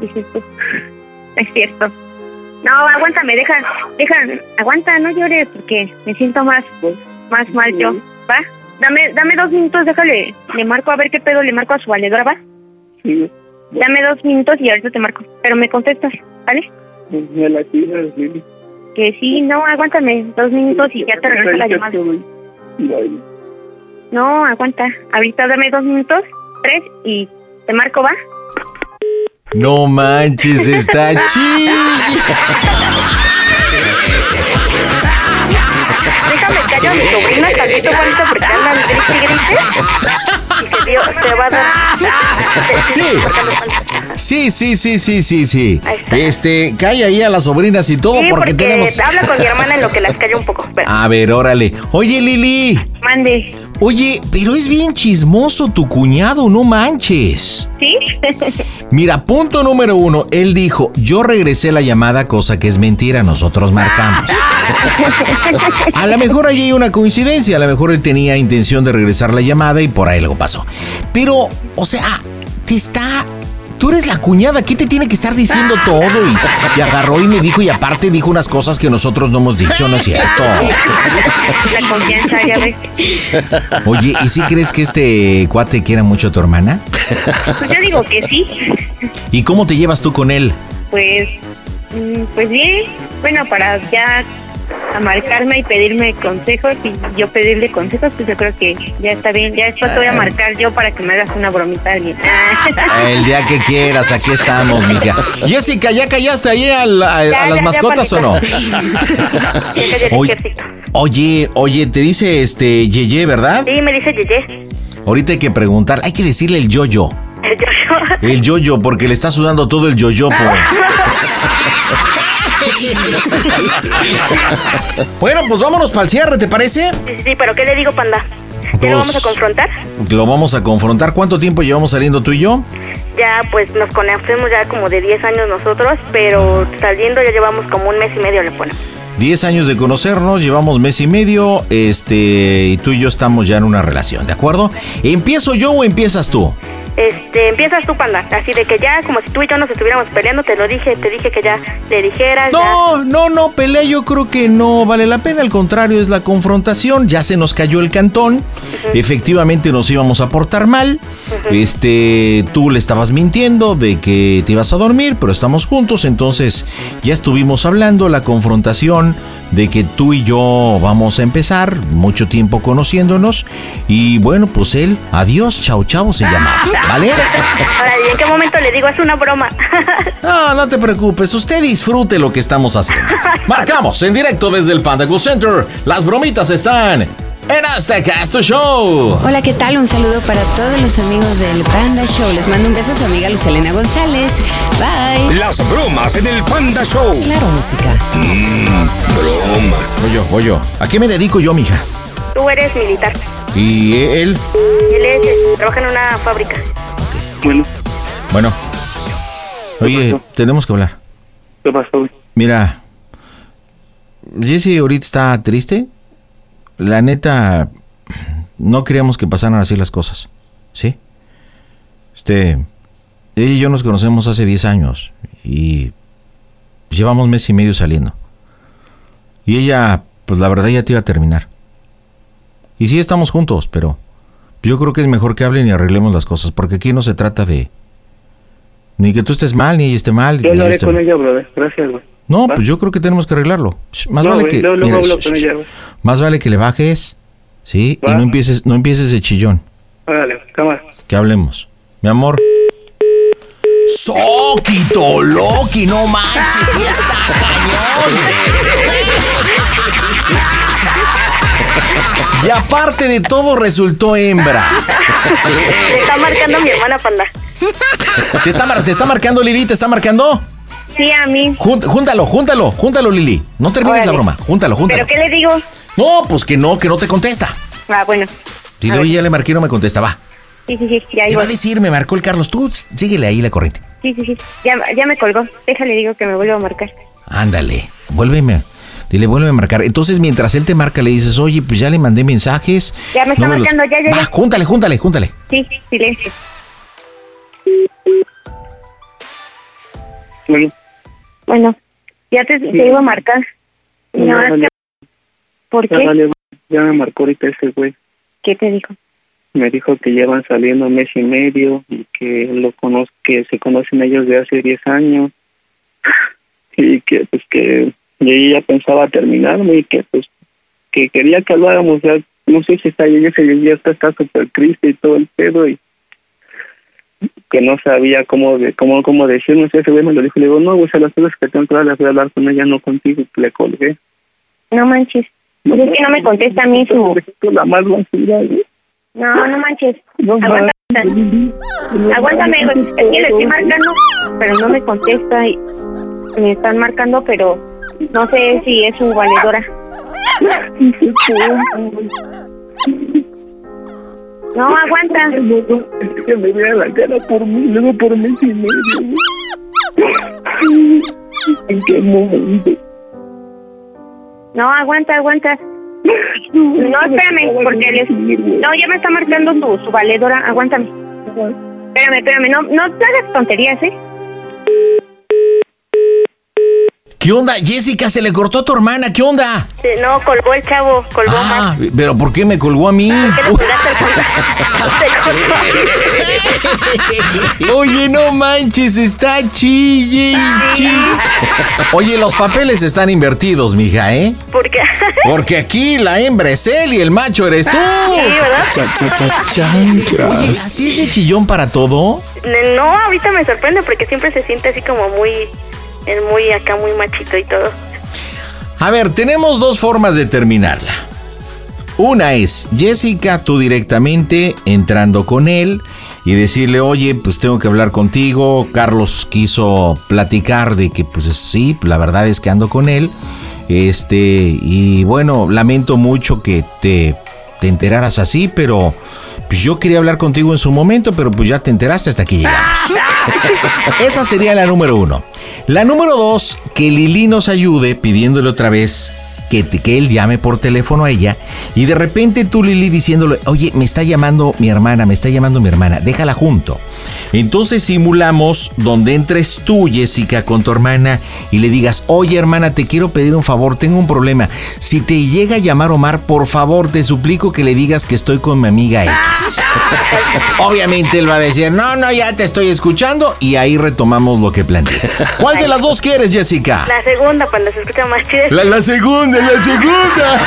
[SPEAKER 9] Dices tú. Es cierto. No, aguántame, deja, deja, aguanta, no llores porque me siento más, más mal yo. ¿Va? Dame, dame dos minutos, déjale, le marco a ver qué pedo le marco a su valedora, ¿va?
[SPEAKER 7] Sí,
[SPEAKER 9] Dame dos minutos y ahorita te marco. Pero me contestas, ¿vale?
[SPEAKER 7] me la tiras, Lili.
[SPEAKER 9] Que sí, no, aguántame dos minutos y ya te regreso la llamada.
[SPEAKER 7] Bye.
[SPEAKER 9] No, aguanta. Ahorita dame dos minutos, tres y te marco, ¿va?
[SPEAKER 2] No manches,
[SPEAKER 3] [laughs]
[SPEAKER 2] está chido.
[SPEAKER 3] Déjame callar a mi sobrina tantito, Juanito, porque andan grite y grite. Y que Dios te va a dar.
[SPEAKER 2] Sí. Sí, sí, sí, sí, sí, sí.
[SPEAKER 3] Ahí está.
[SPEAKER 2] Este, calla ahí a las sobrinas y todo
[SPEAKER 3] Sí,
[SPEAKER 2] Oh, porque
[SPEAKER 3] porque
[SPEAKER 2] tenemos...
[SPEAKER 3] habla con mi hermana en lo que las calla un poco. Espera,
[SPEAKER 2] A ver, órale. Oye, Lili,
[SPEAKER 9] Mande.
[SPEAKER 2] Oye, pero es bien chismoso tu cuñado, no manches.
[SPEAKER 9] [laughs]
[SPEAKER 10] ¿Sí?
[SPEAKER 2] Mira, punto número uno, él dijo, yo regresé la llamada, cosa que es mentira, nosotros marcamos. A lo mejor ahí hay una coincidencia, a lo mejor él tenía intención de regresar la llamada y por ahí algo pasó. Pero, o sea, te está... Tú eres la cuñada, ¿qué te tiene que estar diciendo todo? Y, y agarró y me dijo, y aparte dijo unas cosas que nosotros no hemos dicho, ¿no es cierto?
[SPEAKER 10] La confianza, ya ves.
[SPEAKER 2] Oye, ¿y si crees que este cuate quiera mucho a tu hermana?
[SPEAKER 10] Pues yo digo que sí.
[SPEAKER 2] ¿Y cómo te llevas tú con él?
[SPEAKER 10] Pues, mm, pues bien. Bueno, para ya amarcarme y pedirme consejos y yo pedirle consejos, pues yo creo que ya está bien. Ya después te voy a marcar yo para que me hagas una bromita a alguien. Ah,
[SPEAKER 2] El día que quieras, aquí estamos, mija. Jessica, ¿ya callaste ahí al- a, a
[SPEAKER 10] Ya,
[SPEAKER 2] las
[SPEAKER 10] ya, ya,
[SPEAKER 2] mascotas o no? Ah,
[SPEAKER 3] Ya te dije
[SPEAKER 2] Oye,
[SPEAKER 3] que sí.
[SPEAKER 2] oye, oye, te dice este Yeye, ¿verdad?
[SPEAKER 3] Sí, me dice Yeye. [laughs]
[SPEAKER 2] Ahorita hay que preguntar, hay que decirle el yoyo.
[SPEAKER 3] Yo-
[SPEAKER 2] El yoyo, porque le está sudando todo el yoyo. por- bueno, pues vámonos para el cierre, ¿te parece?
[SPEAKER 3] Sí, sí, sí, pero ¿qué le digo, panda? ¿Ya lo vamos a
[SPEAKER 2] Pues-
[SPEAKER 3] confrontar?
[SPEAKER 2] Lo vamos a confrontar. ¿Cuánto tiempo llevamos saliendo tú y yo?
[SPEAKER 3] Ya, pues nos conocemos ya como de 10 años nosotros, pero saliendo ya llevamos como un mes y medio, le ponemos.
[SPEAKER 2] 10 años de conocernos, llevamos mes y medio, este, y tú y yo estamos ya en una relación, ¿de acuerdo? ¿Empiezo yo o empiezas tú?
[SPEAKER 3] Este, empiezas tú, panda. Así de que ya, como si tú y yo nos estuviéramos peleando, te lo dije, te dije que ya le dijeras. ya.
[SPEAKER 2] No, no, no, pelea yo creo que no vale la pena, al contrario es la confrontación, ya se nos cayó el cantón, efectivamente nos íbamos a portar mal, este, tú le estabas mintiendo de que te ibas a dormir, pero estamos juntos, entonces ya estuvimos hablando, la confrontación de que tú y yo vamos a empezar, mucho tiempo conociéndonos, y bueno, pues él, adiós, chao, chao, se llama, ¿vale?
[SPEAKER 3] Ahora, ¿y en qué momento le digo? Es una broma. [laughs]
[SPEAKER 2] Ah, No, no te preocupes, usted disfrute lo que estamos haciendo. Marcamos en directo desde el Panda Cool Center. Las bromitas están en Hasta Casto Show.
[SPEAKER 6] Hola, ¿qué tal? Un saludo para todos los amigos del Panda Show. Les mando un beso a su amiga Lucelena González. Bye.
[SPEAKER 5] Las bromas en el Panda Show.
[SPEAKER 6] Claro, música.
[SPEAKER 5] Broma.
[SPEAKER 2] Oye, oye, ¿a qué me dedico yo, mija?
[SPEAKER 3] Tú eres militar.
[SPEAKER 2] ¿Y él?
[SPEAKER 3] Él es, eh, trabaja en una fábrica.
[SPEAKER 7] Bueno,
[SPEAKER 2] Bueno. Oye,
[SPEAKER 7] pasó?
[SPEAKER 2] tenemos que hablar.
[SPEAKER 7] ¿qué pasó? güey?
[SPEAKER 2] Mira, Jesse ahorita está triste. La neta, no queríamos que pasaran así las cosas, ¿sí? Este, ella y yo nos conocemos hace 10 años y llevamos mes y medio saliendo. Y ella, pues la verdad ya te iba a terminar. Y sí estamos juntos, pero yo creo que es mejor que hablen y arreglemos las cosas, porque aquí no se trata de... Ni que tú estés mal, ni ella esté mal.
[SPEAKER 7] Yo
[SPEAKER 2] ni yo
[SPEAKER 7] hablaré
[SPEAKER 2] esté
[SPEAKER 7] con
[SPEAKER 2] mal.
[SPEAKER 7] ella, brother. Gracias, güey.
[SPEAKER 2] No,
[SPEAKER 7] ¿Va?
[SPEAKER 2] pues yo creo que tenemos que arreglarlo. Sh, Más
[SPEAKER 7] No,
[SPEAKER 2] vale
[SPEAKER 7] güey,
[SPEAKER 2] que
[SPEAKER 7] luego- luego hablo
[SPEAKER 2] sh,
[SPEAKER 7] con
[SPEAKER 2] sh,
[SPEAKER 7] ella, güey.
[SPEAKER 2] más vale que le bajes, ¿sí? Y
[SPEAKER 7] Va.
[SPEAKER 2] no empieces no empieces de chillón,
[SPEAKER 7] Órale, güey, cámara.
[SPEAKER 2] que hablemos. Mi amor. Soquito, Loki, no manches, sí está cañón. Y aparte de todo resultó hembra.
[SPEAKER 3] Le está marcando mi hermana, panda.
[SPEAKER 2] ¿Te está, mar- te está marcando Lili? ¿Te está marcando?
[SPEAKER 10] [laughs] Sí, a mí.
[SPEAKER 2] Jún- Júntalo, júntalo, júntalo Lili. No termines la
[SPEAKER 10] Órale.
[SPEAKER 2] broma, júntalo,
[SPEAKER 10] ¿Pero
[SPEAKER 2] júntalo.
[SPEAKER 10] qué le digo?
[SPEAKER 2] No, pues que no, que no te contesta.
[SPEAKER 10] Ah, bueno.
[SPEAKER 2] Dile,
[SPEAKER 10] A ver.
[SPEAKER 2] oye, ya le marqué y no me contesta, va.
[SPEAKER 10] Sí, sí, sí, ya
[SPEAKER 2] ¿Qué va
[SPEAKER 10] iba.
[SPEAKER 2] a decir? Me marcó el Carlos. Tú sí- síguele ahí la corriente.
[SPEAKER 10] Sí, sí, sí. Ya, ya me colgó. Déjale, digo que me vuelvo a marcar.
[SPEAKER 2] Ándale, vuélveme. a- Dile, vuélveme a marcar. Entonces, mientras él te marca, le dices, oye, pues ya le mandé mensajes.
[SPEAKER 10] Ya me está
[SPEAKER 2] los-
[SPEAKER 10] marcando, ya, ya,
[SPEAKER 2] Va,
[SPEAKER 10] ya.
[SPEAKER 2] júntale, júntale, júntale.
[SPEAKER 10] Sí, silencio.
[SPEAKER 7] Bueno,
[SPEAKER 10] Bueno, ya te, te iba a marcar. No,
[SPEAKER 7] ya
[SPEAKER 10] es
[SPEAKER 7] valió,
[SPEAKER 10] que- ¿por
[SPEAKER 7] ya
[SPEAKER 10] qué?
[SPEAKER 7] valió, güey. Ya me marcó ahorita ese güey.
[SPEAKER 10] ¿Qué te dijo?
[SPEAKER 7] Me dijo que llevan saliendo mes y medio y que lo conoz que se conocen ellos de hace 10 años. [laughs] Y que, pues, que yo ya pensaba terminarme y que, pues, que quería que habláramos. Ya, no sé si está ahí, ese ya está está súper triste y todo el pedo y que no sabía cómo de, cómo cómo decir, no sé, ese güey me lo dijo, le digo, no, güey, o sea, las cosas que tengo que hablar, las voy a hablar con ella, no contigo, le colgué.
[SPEAKER 10] No manches. Pues es que no me contesta a mí su...
[SPEAKER 7] La más basura, güey.
[SPEAKER 10] No, no manches.
[SPEAKER 7] No
[SPEAKER 10] Aguanta. Aguántame, güey. es que le estoy marcando, pero no me contesta. y me están marcando, pero no sé si es su valedora. No, aguanta.
[SPEAKER 7] Es que me vea la cara por mí, luego por mí y medio. ¿En qué momento?
[SPEAKER 10] No, aguanta, aguanta. No, espérame, porque les... No, ya me está marcando su, su valedora. Aguántame. Espérame, espérame. No, no hagas tonterías, ¿eh?
[SPEAKER 2] ¿Qué onda? Jessica, se le cortó a tu hermana. ¿Qué onda?
[SPEAKER 3] Sí, No, colgó el chavo, colgó
[SPEAKER 2] Ah, pero ¿por qué me colgó a mí?
[SPEAKER 10] Ah,
[SPEAKER 2] [laughs] Oye, no manches, está chille y chille. [laughs] Oye, los papeles están invertidos, mija, ¿eh?
[SPEAKER 3] ¿Por qué?
[SPEAKER 2] Porque aquí la hembra es él y el macho eres tú.
[SPEAKER 3] [laughs]
[SPEAKER 10] Ah,
[SPEAKER 3] Sí, ¿verdad?
[SPEAKER 2] Oye, ¿así es de chillón para todo?
[SPEAKER 3] Ne- No, ahorita me sorprende porque siempre se siente así como muy, eh, muy acá, muy machito y todo.
[SPEAKER 2] A ver, tenemos dos formas de terminarla. Una es Jessica, tú directamente entrando con él y decirle, oye, pues tengo que hablar contigo. Carlos quiso platicar de que, pues sí, la verdad es que ando con él. Este, y bueno, lamento mucho que te, te enteraras así, pero pues, yo quería hablar contigo en su momento, pero pues ya te enteraste hasta aquí llegamos. Esa sería la número uno. La número dos, que Lili nos ayude pidiéndole otra vez que, te- que él llame por teléfono a ella y de repente tú Lili diciéndole, oye, me está llamando mi hermana, me está llamando mi hermana, déjala junto. Entonces simulamos donde entres tú, Jessica, con tu hermana y le digas, oye hermana, te quiero pedir un favor, tengo un problema. Si te llega a llamar Omar, por favor, te suplico que le digas que estoy con mi amiga X. Obviamente él va a decir, no, no, ya te estoy escuchando y ahí retomamos lo que planteé. ¿Cuál de las dos quieres, Jessica?
[SPEAKER 3] La segunda, cuando se escucha más chido.
[SPEAKER 2] La, la segunda, la segunda.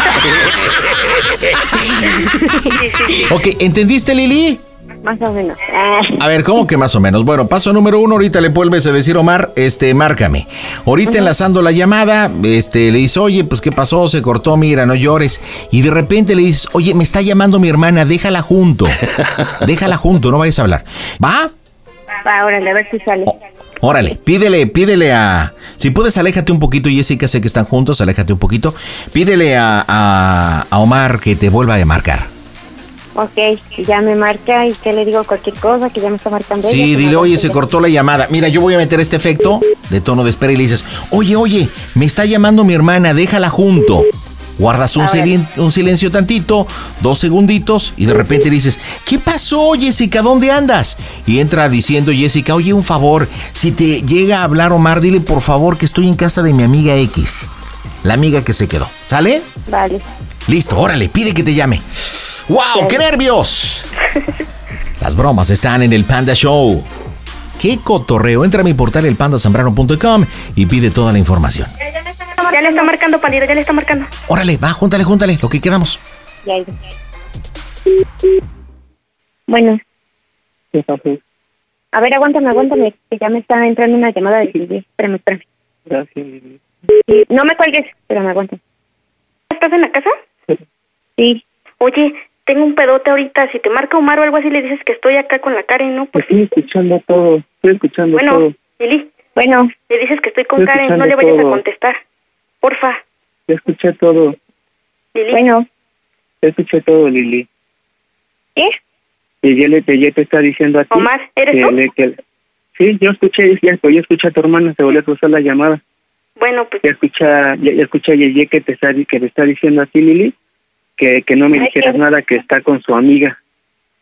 [SPEAKER 3] Sí, sí, sí.
[SPEAKER 2] Ok, ¿entendiste, Lili?
[SPEAKER 10] Más o menos. Ah,
[SPEAKER 2] A ver, ¿cómo que más o menos? Bueno, paso número uno, ahorita le vuelves a decir, Omar, este, márcame. Ahorita enlazando la llamada, este, le dices, oye, pues, ¿qué pasó? Se cortó, mira, no llores. Y de repente le dices, oye, me está llamando mi hermana, déjala junto. Déjala junto, no vayas a hablar. ¿Va?
[SPEAKER 10] Va, órale, a ver si sale.
[SPEAKER 2] Órale, pídele, pídele a. Si puedes, aléjate un poquito, Jessica, sé que están juntos, aléjate un poquito. Pídele a, a- a Omar que te vuelva a marcar.
[SPEAKER 10] Ok, ya me marca y que le digo cualquier cosa, que ya me está marcando ella,
[SPEAKER 2] Sí,
[SPEAKER 10] que
[SPEAKER 2] dile,
[SPEAKER 10] no,
[SPEAKER 2] oye,
[SPEAKER 10] que
[SPEAKER 2] se
[SPEAKER 10] ya-
[SPEAKER 2] cortó la llamada. Mira, yo voy a meter este efecto de tono de espera y le dices, oye, oye, me está llamando mi hermana, déjala junto. Guardas un, silen- un silencio tantito, dos segunditos, y de repente le dices, ¿qué pasó, Jessica? ¿Dónde andas? Y entra diciendo Jessica, oye, un favor, si te llega a hablar Omar, dile por favor que estoy en casa de mi amiga X, la amiga que se quedó. ¿Sale?
[SPEAKER 10] Vale.
[SPEAKER 2] Listo, órale, pide que te llame. ¡Wow! ¡Qué nervios! Las bromas están en el Panda Show. ¡Qué cotorreo! Entra a mi portal elpandasambrano.com y pide toda la información.
[SPEAKER 3] Ya le está marcando, pandita, ya le está marcando.
[SPEAKER 2] Órale, va, júntale, júntale, lo que quedamos.
[SPEAKER 10] Ya iba. Bueno,
[SPEAKER 7] ¿Qué pasó?
[SPEAKER 10] a ver, aguántame, aguántame, que ya me está entrando una llamada de Silvia. Espérame, espérame.
[SPEAKER 7] Gracias, Lili.
[SPEAKER 10] Sí, no me cuelgues, espérame, aguántame.
[SPEAKER 3] ¿Estás en la casa?
[SPEAKER 10] Sí,
[SPEAKER 3] Oye, tengo un pedote ahorita. Si te marca Omar o algo así, le dices que estoy acá con la Karen, ¿no?
[SPEAKER 7] Pues
[SPEAKER 3] Pues
[SPEAKER 7] estoy escuchando todo, estoy escuchando
[SPEAKER 3] bueno,
[SPEAKER 7] todo.
[SPEAKER 3] Lili,
[SPEAKER 10] bueno,
[SPEAKER 3] le dices que estoy con
[SPEAKER 7] Estoy
[SPEAKER 3] Karen, no
[SPEAKER 7] escuchando
[SPEAKER 3] le vayas
[SPEAKER 7] todo.
[SPEAKER 3] a contestar. Porfa,
[SPEAKER 7] Ya escuché todo,
[SPEAKER 3] Lili.
[SPEAKER 10] bueno.
[SPEAKER 7] ya escuché todo, Lili.
[SPEAKER 10] ¿Qué?
[SPEAKER 7] Y ya, le, que ya te está diciendo a ti.
[SPEAKER 3] Omar, ¿eres
[SPEAKER 7] que
[SPEAKER 3] tú?
[SPEAKER 7] le- que- sí, yo escuché, es cierto, yo escuché a tu hermana, se volvió a cruzar la llamada.
[SPEAKER 3] Bueno, pues
[SPEAKER 7] Ya escucha, ya, ya escucha a Yeye que te está, di- que le está diciendo a ti, Lili, que, que no me
[SPEAKER 10] Ay,
[SPEAKER 7] dijeras
[SPEAKER 10] qué-
[SPEAKER 7] nada, que está con su amiga,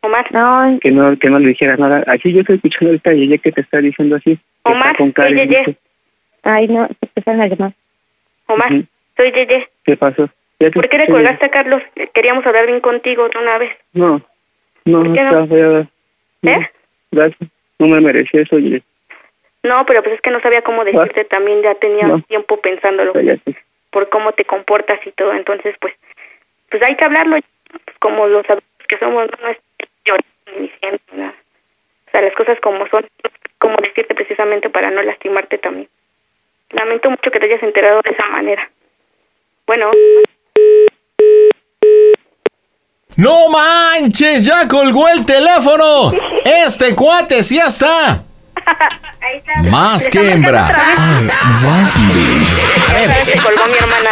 [SPEAKER 3] Omar,
[SPEAKER 7] Ah,
[SPEAKER 10] No,
[SPEAKER 7] que no, que no le dijeras nada. Así yo estoy escuchando ahorita a Yeye que te está diciendo así. que
[SPEAKER 3] Omar,
[SPEAKER 7] está con Karen,
[SPEAKER 3] Yeye.
[SPEAKER 7] dice,
[SPEAKER 10] ay, no, se empezaron a llamar.
[SPEAKER 3] Omar,
[SPEAKER 7] Ujú.
[SPEAKER 3] soy Yeye.
[SPEAKER 7] ¿Qué pasó? Ya te
[SPEAKER 3] ¿Por qué le
[SPEAKER 7] escuché,
[SPEAKER 3] colgaste a Carlos? Queríamos hablar bien contigo de una vez.
[SPEAKER 7] No, no,
[SPEAKER 3] ¿Por qué no?
[SPEAKER 7] no, no,
[SPEAKER 3] ¿Eh?
[SPEAKER 7] Gracias, no me merecí eso, Yeye.
[SPEAKER 3] No, pero pues es que no sabía cómo decirte también. Ya tenía
[SPEAKER 7] No.
[SPEAKER 3] tiempo pensándolo
[SPEAKER 7] Cállate.
[SPEAKER 3] por cómo te comportas y todo. Entonces, pues, pues hay que hablarlo. Pues, como los adultos que somos, no es llorando ni diciendo nada. O sea, las cosas como son, como decirte precisamente para no lastimarte también. Lamento mucho que te hayas enterado de esa manera. Bueno,
[SPEAKER 2] ¡No manches! ¡Ya colgó el teléfono! ¡Este cuate sí está! Más que hembra.
[SPEAKER 3] ya sabes, se colgó mi hermana.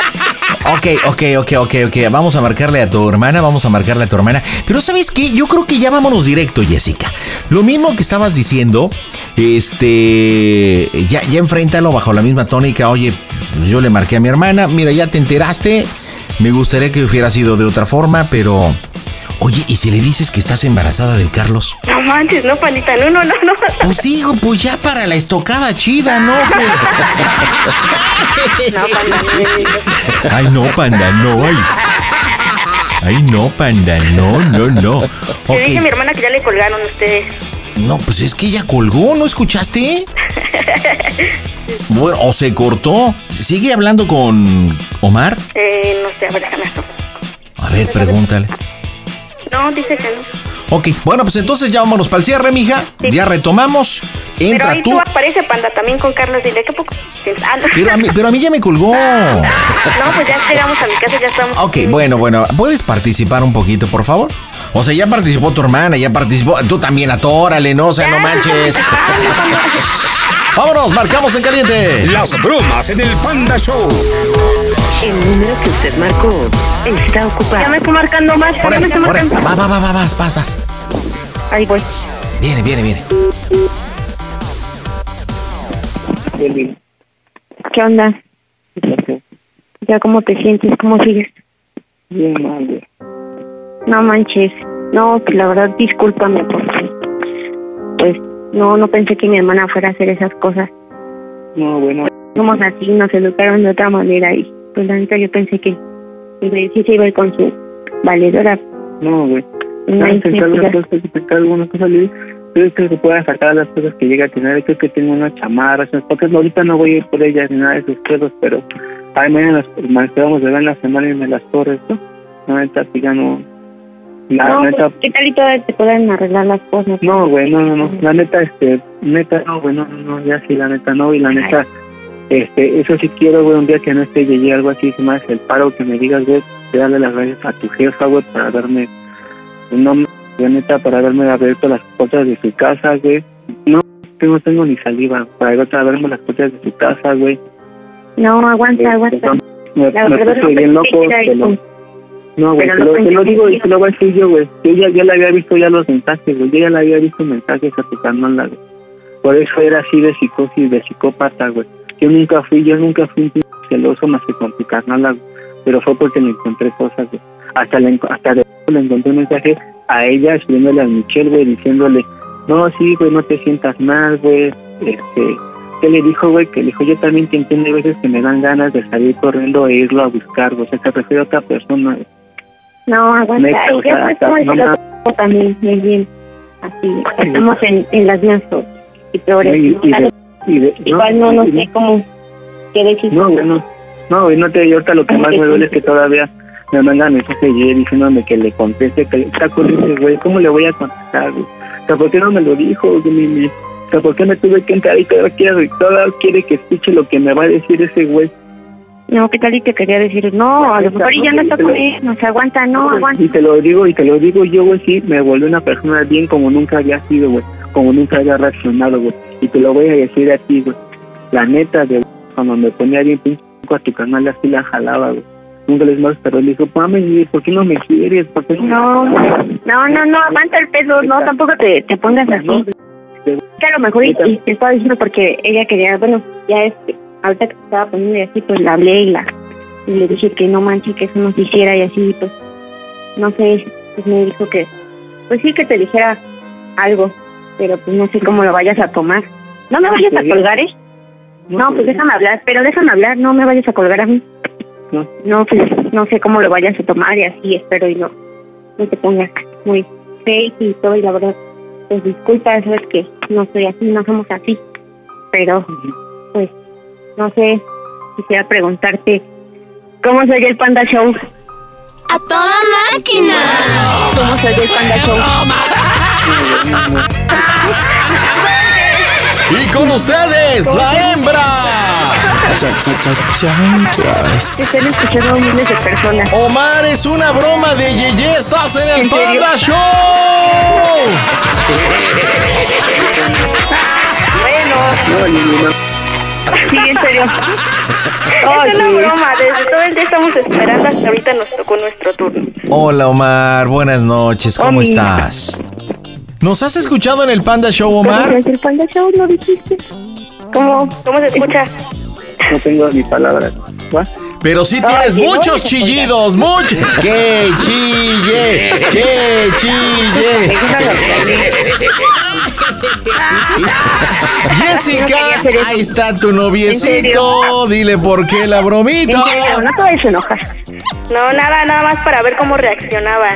[SPEAKER 2] Ok, ok, ok, ok, ok. Vamos a marcarle a tu hermana, vamos a marcarle a tu hermana. Pero ¿sabes qué? Yo creo que ya vámonos directo, Jessica. Lo mismo que estabas diciendo, este, ya, ya enfréntalo bajo la misma tónica. Oye, pues yo le marqué a mi hermana, mira, ya te enteraste. Me gustaría que hubiera sido de otra forma, pero... Oye, ¿y si le dices que estás embarazada del Carlos?
[SPEAKER 3] No manches, no, panita, no, no, no, no.
[SPEAKER 2] Pues hijo, pues ya para la estocada chida, ¿no? güey?
[SPEAKER 3] No, panita.
[SPEAKER 2] Ay, no, panda, no. Ay, Ay, no, panda, no, no, no.
[SPEAKER 3] Le dije a mi
[SPEAKER 2] Ok,
[SPEAKER 3] hermana que ya le colgaron ustedes.
[SPEAKER 2] no, pues es que ella colgó, ¿no escuchaste? Bueno, o se cortó. ¿Sigue hablando con Omar?
[SPEAKER 3] Eh, no sé, a ver, déjame.
[SPEAKER 2] A ver, pregúntale.
[SPEAKER 3] No, dice que no.
[SPEAKER 2] Ok, bueno, pues entonces ya vámonos para el cierre, mija. Ya retomamos.
[SPEAKER 3] Pero
[SPEAKER 2] Entra
[SPEAKER 3] ahí tú,
[SPEAKER 2] tú.
[SPEAKER 3] aparece Panda también con Carlos. Dile, ¿qué poco? tienes? Ah, no.
[SPEAKER 2] Pero a, mí, pero a mí ya me colgó.
[SPEAKER 3] No, pues ya llegamos a mi casa, ya estamos.
[SPEAKER 2] Ok, bueno, bueno. ¿Puedes participar un poquito, por favor? O sea, ya participó tu hermana, ya participó. Tú también atórale, ¿no? O sea, no manches. Vámonos, marcamos en caliente.
[SPEAKER 11] Las bromas en el Panda Show.
[SPEAKER 12] El número que usted marcó está ocupado.
[SPEAKER 3] Ya me estoy marcando más, [laughs] ya me estoy
[SPEAKER 2] Órale,
[SPEAKER 3] marcando.
[SPEAKER 2] va, va, va, va, vas, vas, vas.
[SPEAKER 3] Ahí voy.
[SPEAKER 2] Viene, viene, viene.
[SPEAKER 9] ¿Qué onda? ¿Ya cómo te sientes? ¿Cómo sigues?
[SPEAKER 7] Bien, madre.
[SPEAKER 9] No manches. No, pues la verdad, discúlpame porque, pues, no, no pensé que mi hermana fuera a hacer esas cosas.
[SPEAKER 7] No, bueno,
[SPEAKER 9] Somos así, nos educaron de otra manera y, pues, la neta, yo pensé que que me sí se iba a ir con su valedora.
[SPEAKER 7] no, güey.
[SPEAKER 9] No
[SPEAKER 7] Hay
[SPEAKER 9] hay
[SPEAKER 7] que sacar algunas
[SPEAKER 9] necesidad.
[SPEAKER 7] cosas, hay que sacar algunas cosas. Le digo, Yo creo que pueda sacar las cosas que llega a tener. Creo que tengo unas chamarras, unas pocas. Ahorita no voy a ir por ellas ni nada de esos cosas, pero ay, mañana las manejamos de ver en la semana y me las corres, ¿no? No, neta, sí, ya no. La
[SPEAKER 9] No,
[SPEAKER 7] neta,
[SPEAKER 9] pues, ¿qué tal y todavía te pueden arreglar las cosas?
[SPEAKER 7] No, güey, no, no, no. La neta, este, neta, no, güey, no, no, no, ya sí, la neta, no. Y la neta, este, eso sí quiero, güey, un día que no esté llegué algo así, si más el paro que me digas, güey, de darle las gracias a tu jefa, güey, para darme, no, la neta, para haberme abierto las puertas de su casa, güey. No, yo no tengo ni saliva, para haberme abierto las puertas de su casa, güey.
[SPEAKER 9] No, aguanta, aguanta.
[SPEAKER 7] Entonces, Me,
[SPEAKER 9] La
[SPEAKER 7] me
[SPEAKER 9] verdad,
[SPEAKER 7] puse
[SPEAKER 9] no
[SPEAKER 7] bien
[SPEAKER 9] pensé
[SPEAKER 7] loco,
[SPEAKER 9] que era
[SPEAKER 7] te lo-
[SPEAKER 9] eso.
[SPEAKER 7] no, güey,
[SPEAKER 9] Pero
[SPEAKER 7] te
[SPEAKER 9] no
[SPEAKER 7] lo, te lo
[SPEAKER 9] pensé
[SPEAKER 7] digo
[SPEAKER 9] que
[SPEAKER 7] y te lo voy a decir yo, güey. Yo ya, ya le había visto ya los mensajes, güey. Yo ya le había visto mensajes a tu carnal, güey. Por eso era así de psicosis, de psicópata, güey. Yo nunca fui, yo nunca fui un p- celoso más que con tu carnal, güey. Pero fue porque le encontré cosas, güey. Hasta le, enco- hasta de le encontré un mensaje a ella, escribiéndole a Michelle, güey, diciéndole, no, sí, güey, no te sientas mal, güey. Este, ¿Qué le dijo, güey? Que le dijo, yo también te entiendo, hay veces que me dan ganas de salir corriendo e irlo a buscar, güey. O sea, te refiero a otra persona, güey.
[SPEAKER 9] No, aguanta.
[SPEAKER 7] Neta,
[SPEAKER 9] Ay,
[SPEAKER 7] o
[SPEAKER 9] ya
[SPEAKER 7] sea,
[SPEAKER 9] pues
[SPEAKER 7] hasta
[SPEAKER 9] como el
[SPEAKER 7] no
[SPEAKER 9] otro también, muy bien. Así, estamos en, en las mismas cosas. Y peores.
[SPEAKER 7] Y-
[SPEAKER 9] ¿no?
[SPEAKER 7] y de- y de-
[SPEAKER 9] Igual no, no
[SPEAKER 7] y-
[SPEAKER 9] sé cómo qué decir.
[SPEAKER 7] No, güey, no. No, güey, no te y ahorita lo que más me duele es que todavía me mandan mensaje ayer diciéndome que le conteste, que está corriente, güey, ¿cómo le voy a contestar, güey? O sea, ¿por qué no me lo dijo, güey? Mi- mi- O sea, ¿por qué me tuve que entrar y todavía quiere, todavía quiere que escuche lo que me va a decir ese güey?
[SPEAKER 9] No, ¿qué tal y te quería decir? No, a lo mejor y ya no está con él, no se aguanta, no, aguanta.
[SPEAKER 7] Y te lo digo, y te lo digo yo, güey, sí, me volví una persona bien como nunca había sido, güey, como nunca había reaccionado, güey. Y te lo voy a decir a ti, güey. La neta, de cuando me ponía bien pinche a tu canal, así la jalaba, güey. Nunca les más, pero le dijo, mami, ¿por qué no me quieres? ¿Por qué no me
[SPEAKER 9] No, no, no, no, aguanta el peso, no, tampoco te, te pongas así. Que a lo mejor y, y te estaba diciendo porque ella quería, bueno, ya este, ahorita que te estaba poniendo y así, pues la hablé y la y le dije que no manches, que eso no se hiciera y así, pues, no sé, pues me dijo que, pues sí que te dijera algo, pero pues no sé cómo lo vayas a tomar. No me vayas a colgar, ¿eh? No, pues déjame hablar, pero déjame hablar, no me vayas a colgar a mí.
[SPEAKER 7] No.
[SPEAKER 9] No, pues no sé cómo lo vayas a tomar y así, espero y no, no te pongas muy fake y todo, y la verdad, pues disculpa, sabes que no soy así, no somos así, pero pues no sé, quisiera preguntarte, ¿cómo soy el Panda Show?
[SPEAKER 13] A toda máquina.
[SPEAKER 9] ¿Cómo soy el Panda Show?
[SPEAKER 2] Y con ustedes, la [laughs] hembra.
[SPEAKER 9] Están escuchando miles de personas.
[SPEAKER 2] Omar es una broma de Yeye, estás en el
[SPEAKER 9] ¿En serio?
[SPEAKER 2] Panda Show.
[SPEAKER 7] No,
[SPEAKER 9] Bueno,
[SPEAKER 7] no, no.
[SPEAKER 3] Sí, en [laughs] serio. es una broma, desde todo el día estamos esperando hasta ahorita nos tocó nuestro turno.
[SPEAKER 2] Hola Omar, buenas noches, ¿cómo
[SPEAKER 3] Hola.
[SPEAKER 2] estás? ¿Nos has escuchado en el Panda Show, Omar?
[SPEAKER 10] el Panda Show lo dijiste?
[SPEAKER 3] ¿Cómo, cómo se escucha?
[SPEAKER 7] No tengo ni palabras. ¿Va?
[SPEAKER 2] Pero sí tienes muchos chillidos, muchos. ¡Que chille! ¡Que chille! Jessica, ahí está tu noviecito. Dile por qué la bromita.
[SPEAKER 10] no te vayas a enojar.
[SPEAKER 3] No, nada, nada más para ver cómo reaccionaba.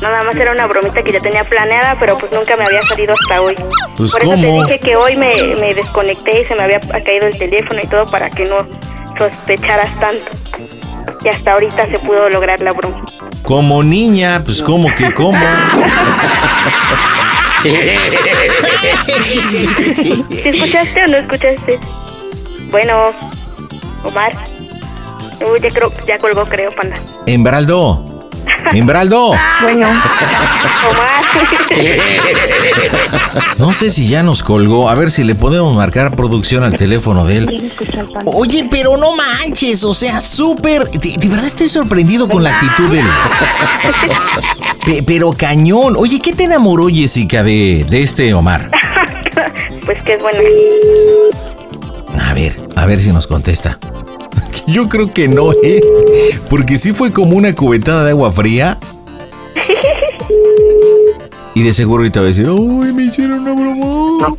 [SPEAKER 3] Nada más era una bromita que ya tenía planeada, pero pues nunca me había salido hasta hoy.
[SPEAKER 2] Pues,
[SPEAKER 3] Por
[SPEAKER 2] ¿cómo?
[SPEAKER 3] eso te dije que hoy me, me desconecté y se me había caído el teléfono y todo para que no sospecharas tanto. Y hasta ahorita se pudo lograr la broma.
[SPEAKER 2] Como niña, pues como que como.
[SPEAKER 3] ¿Sí escuchaste o no escuchaste? Bueno, Omar. Uy, ya, creo, ya colgó, creo, panda.
[SPEAKER 2] Embraldo. Embraldo.
[SPEAKER 3] Bueno. Omar. [laughs]
[SPEAKER 2] No sé si ya nos colgó. A ver si le podemos marcar producción al teléfono de él. Oye, pero no manches, o sea, súper. De, de verdad estoy sorprendido con la actitud de él. Pe- pero cañón. Oye, ¿qué te enamoró, Jessica, de, de este Omar?
[SPEAKER 3] pues que es bueno.
[SPEAKER 2] A ver, a ver si nos contesta. [laughs] Yo creo que no, ¿eh? Porque sí fue como una cubetada de agua fría. Y de seguro ahorita va a decir, uy, me hicieron una broma.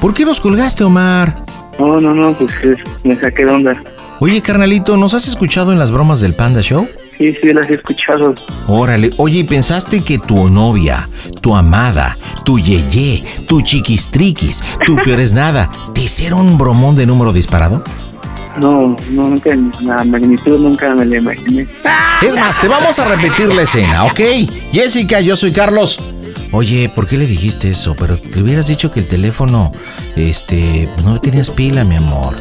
[SPEAKER 2] ¿Por qué nos colgaste, Omar?
[SPEAKER 7] No, no, no, pues es- me saqué de onda.
[SPEAKER 2] Oye, carnalito, ¿nos has escuchado en las bromas del Panda Show?
[SPEAKER 7] Sí, sí, las he escuchado.
[SPEAKER 2] Órale, oye, ¿y pensaste que tu novia, tu amada, tu yeye, tu chiquistriquis, tu peores nada, te hicieron un bromón de número disparado?
[SPEAKER 7] No, no, nunca, en la magnitud nunca me la imaginé.
[SPEAKER 2] Es más, te vamos a repetir la escena, ¿ok? Jessica, yo soy Carlos. Oye, ¿por qué le dijiste eso? Pero te hubieras dicho que el teléfono, este, pues no tenías pila, mi amor.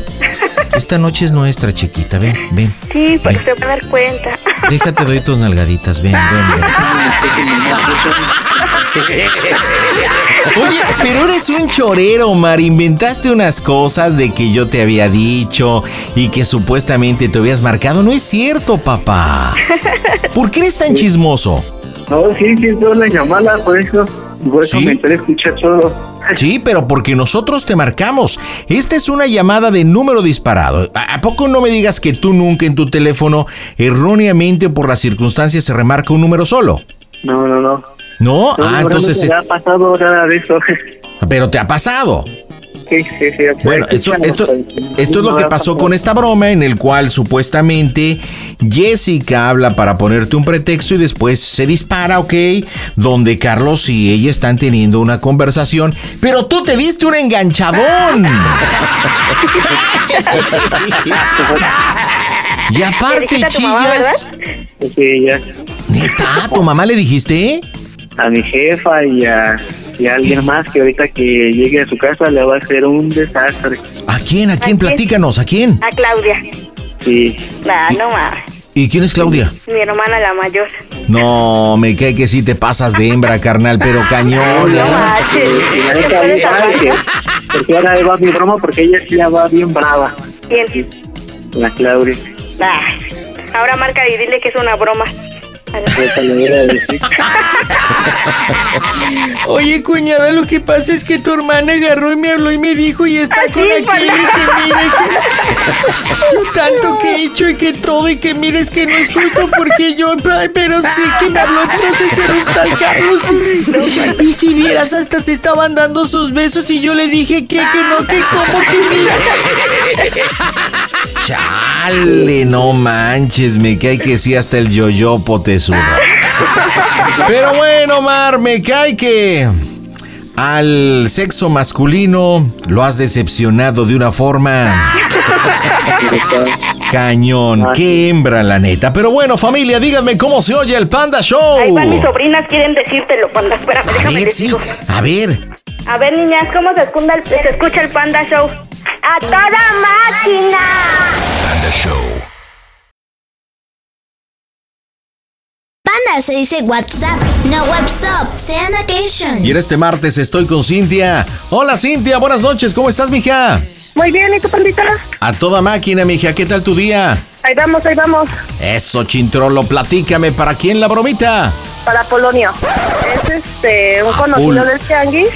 [SPEAKER 2] Esta noche es nuestra, chiquita. Ven, ven.
[SPEAKER 3] Sí, pues se va a dar cuenta.
[SPEAKER 2] Déjate doy tus nalgaditas. Ven, ven, ven. Oye, pero eres un chorero, Omar. Inventaste unas cosas de que yo te había dicho y que supuestamente te habías marcado. No es cierto, papá. ¿Por qué eres tan chismoso?
[SPEAKER 7] No, sí, sí, toda la llamada, por eso, por eso me entré a escuchar todo.
[SPEAKER 2] Sí, pero porque nosotros te marcamos. Esta es una llamada de número disparado. ¿A a poco no me digas que tú nunca en tu teléfono erróneamente o por las circunstancias se remarca un número solo?
[SPEAKER 7] No, no, no.
[SPEAKER 2] No,
[SPEAKER 7] No,
[SPEAKER 2] ah,
[SPEAKER 7] no,
[SPEAKER 2] entonces...
[SPEAKER 7] No me ha pasado nada de eso. [laughs]
[SPEAKER 2] Pero te ha pasado.
[SPEAKER 7] Sí, sí, sí.
[SPEAKER 2] Bueno,
[SPEAKER 3] Pues
[SPEAKER 2] esto, esto, esto es lo que pasó con esta broma en el cual supuestamente Jessica habla para ponerte un pretexto y después se dispara, ¿ok? Donde Carlos y ella están teniendo una conversación, pero tú te diste un enganchadón.
[SPEAKER 3] [laughs]
[SPEAKER 2] y
[SPEAKER 3] ¿Le
[SPEAKER 2] aparte,
[SPEAKER 3] dijiste a tu mamá,
[SPEAKER 2] chillas.
[SPEAKER 7] Sí, ya.
[SPEAKER 2] Neta, ¿a tu mamá le dijiste? ¿eh?
[SPEAKER 7] A mi jefa y a, y a alguien más que ahorita que llegue a su casa le va a hacer un desastre.
[SPEAKER 2] ¿A quién? ¿A quién? Platícanos, ¿a quién?
[SPEAKER 3] A Claudia.
[SPEAKER 7] Sí.
[SPEAKER 3] Nah, no más.
[SPEAKER 2] ¿Y quién es Claudia?
[SPEAKER 3] Mi hermana la mayor.
[SPEAKER 2] No, me cae que sí te pasas de hembra, carnal, pero
[SPEAKER 7] [laughs]
[SPEAKER 2] cañón. ¿eh?
[SPEAKER 7] Y la neta, bien, ay, que- Porque ahora ahí va mi broma porque ella sí ya va bien brava,
[SPEAKER 3] ¿Quién?
[SPEAKER 7] la Claudia.
[SPEAKER 3] Nah. Ahora marca y dile que es una broma.
[SPEAKER 7] Esa le voy a decir.
[SPEAKER 2] Oye, cuñada, lo que pasa es que tu hermana agarró y me habló y me dijo y está con aquel y que mira que yo tanto que he hecho y que todo y que mira es que no es justo porque yo ay, pero sí que me habló entonces era un tal Carlos y, y si vieras hasta se estaban dando sus besos y yo le dije que que no que cómo que mira Chale, no manches, me cae que sí hasta el yoyopo te Pero bueno, Mar, me cae que al sexo masculino lo has decepcionado de una forma cañón. Qué hembra, la neta. Pero bueno, familia, díganme cómo se oye el Panda Show.
[SPEAKER 3] Ahí van mis sobrinas, quieren decírtelo, panda. Espérame,
[SPEAKER 2] A
[SPEAKER 3] déjame
[SPEAKER 2] ver,
[SPEAKER 3] decir.
[SPEAKER 2] sí. A ver,
[SPEAKER 3] A ver, niñas, ¿cómo se escucha el, se escucha el Panda Show? ¡A toda máquina!
[SPEAKER 1] Panda Show.
[SPEAKER 14] Panda se dice WhatsApp, no WhatsApp. Sea Nation.
[SPEAKER 2] y en este martes estoy con Cintia. Hola, Cintia, buenas noches. ¿Cómo estás, mija?
[SPEAKER 3] Muy bien, ¿y tu pandita?
[SPEAKER 2] A toda máquina, mija, ¿qué tal tu día?
[SPEAKER 3] Ahí vamos, ahí vamos.
[SPEAKER 2] Eso, Chintrolo, platícame, ¿para quién la bromita?
[SPEAKER 3] Para Polonio. Es este, un conocido
[SPEAKER 2] Pol-
[SPEAKER 3] del Tianguis.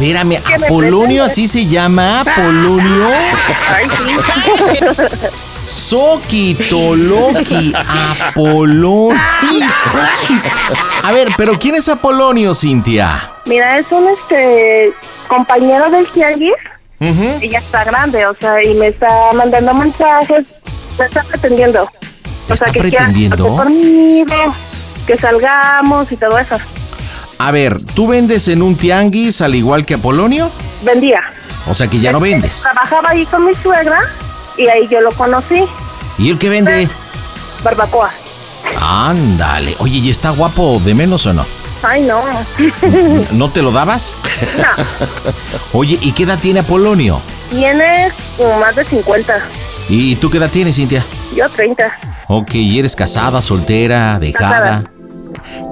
[SPEAKER 2] Espérame,
[SPEAKER 3] ¿Qué me
[SPEAKER 2] ¿Apolonio
[SPEAKER 3] presentes?
[SPEAKER 2] así se llama? ¿Apolonio?
[SPEAKER 3] Ay, sí.
[SPEAKER 2] Soquitoloqui, Apolonio. A ver, pero ¿quién es Apolonio, Cintia?
[SPEAKER 3] Mira, es un este compañero del Tianguis. Y ya está grande, o sea, y me está mandando mensajes. Me está pretendiendo. O sea, que quiera
[SPEAKER 2] pretendiendo?
[SPEAKER 3] conocer conmigo, que salgamos y todo eso.
[SPEAKER 2] A ver, ¿tú vendes en un tianguis al igual que Apolonio?
[SPEAKER 3] Vendía.
[SPEAKER 2] O sea que ya no vendes.
[SPEAKER 3] Trabajaba ahí con mi suegra y ahí yo lo conocí.
[SPEAKER 2] ¿Y el que vende?
[SPEAKER 3] Barbacoa.
[SPEAKER 2] Ándale. Oye, ¿y está guapo de menos
[SPEAKER 3] [laughs]
[SPEAKER 2] o no?
[SPEAKER 3] Ay, no.
[SPEAKER 2] ¿No te lo dabas?
[SPEAKER 3] No.
[SPEAKER 2] Oye, ¿y qué edad tiene Apolonio?
[SPEAKER 3] Tiene como más de 50.
[SPEAKER 2] ¿Y tú qué edad tienes, Cintia?
[SPEAKER 3] Yo 30.
[SPEAKER 2] Ok, ¿y eres casada, soltera, dejada?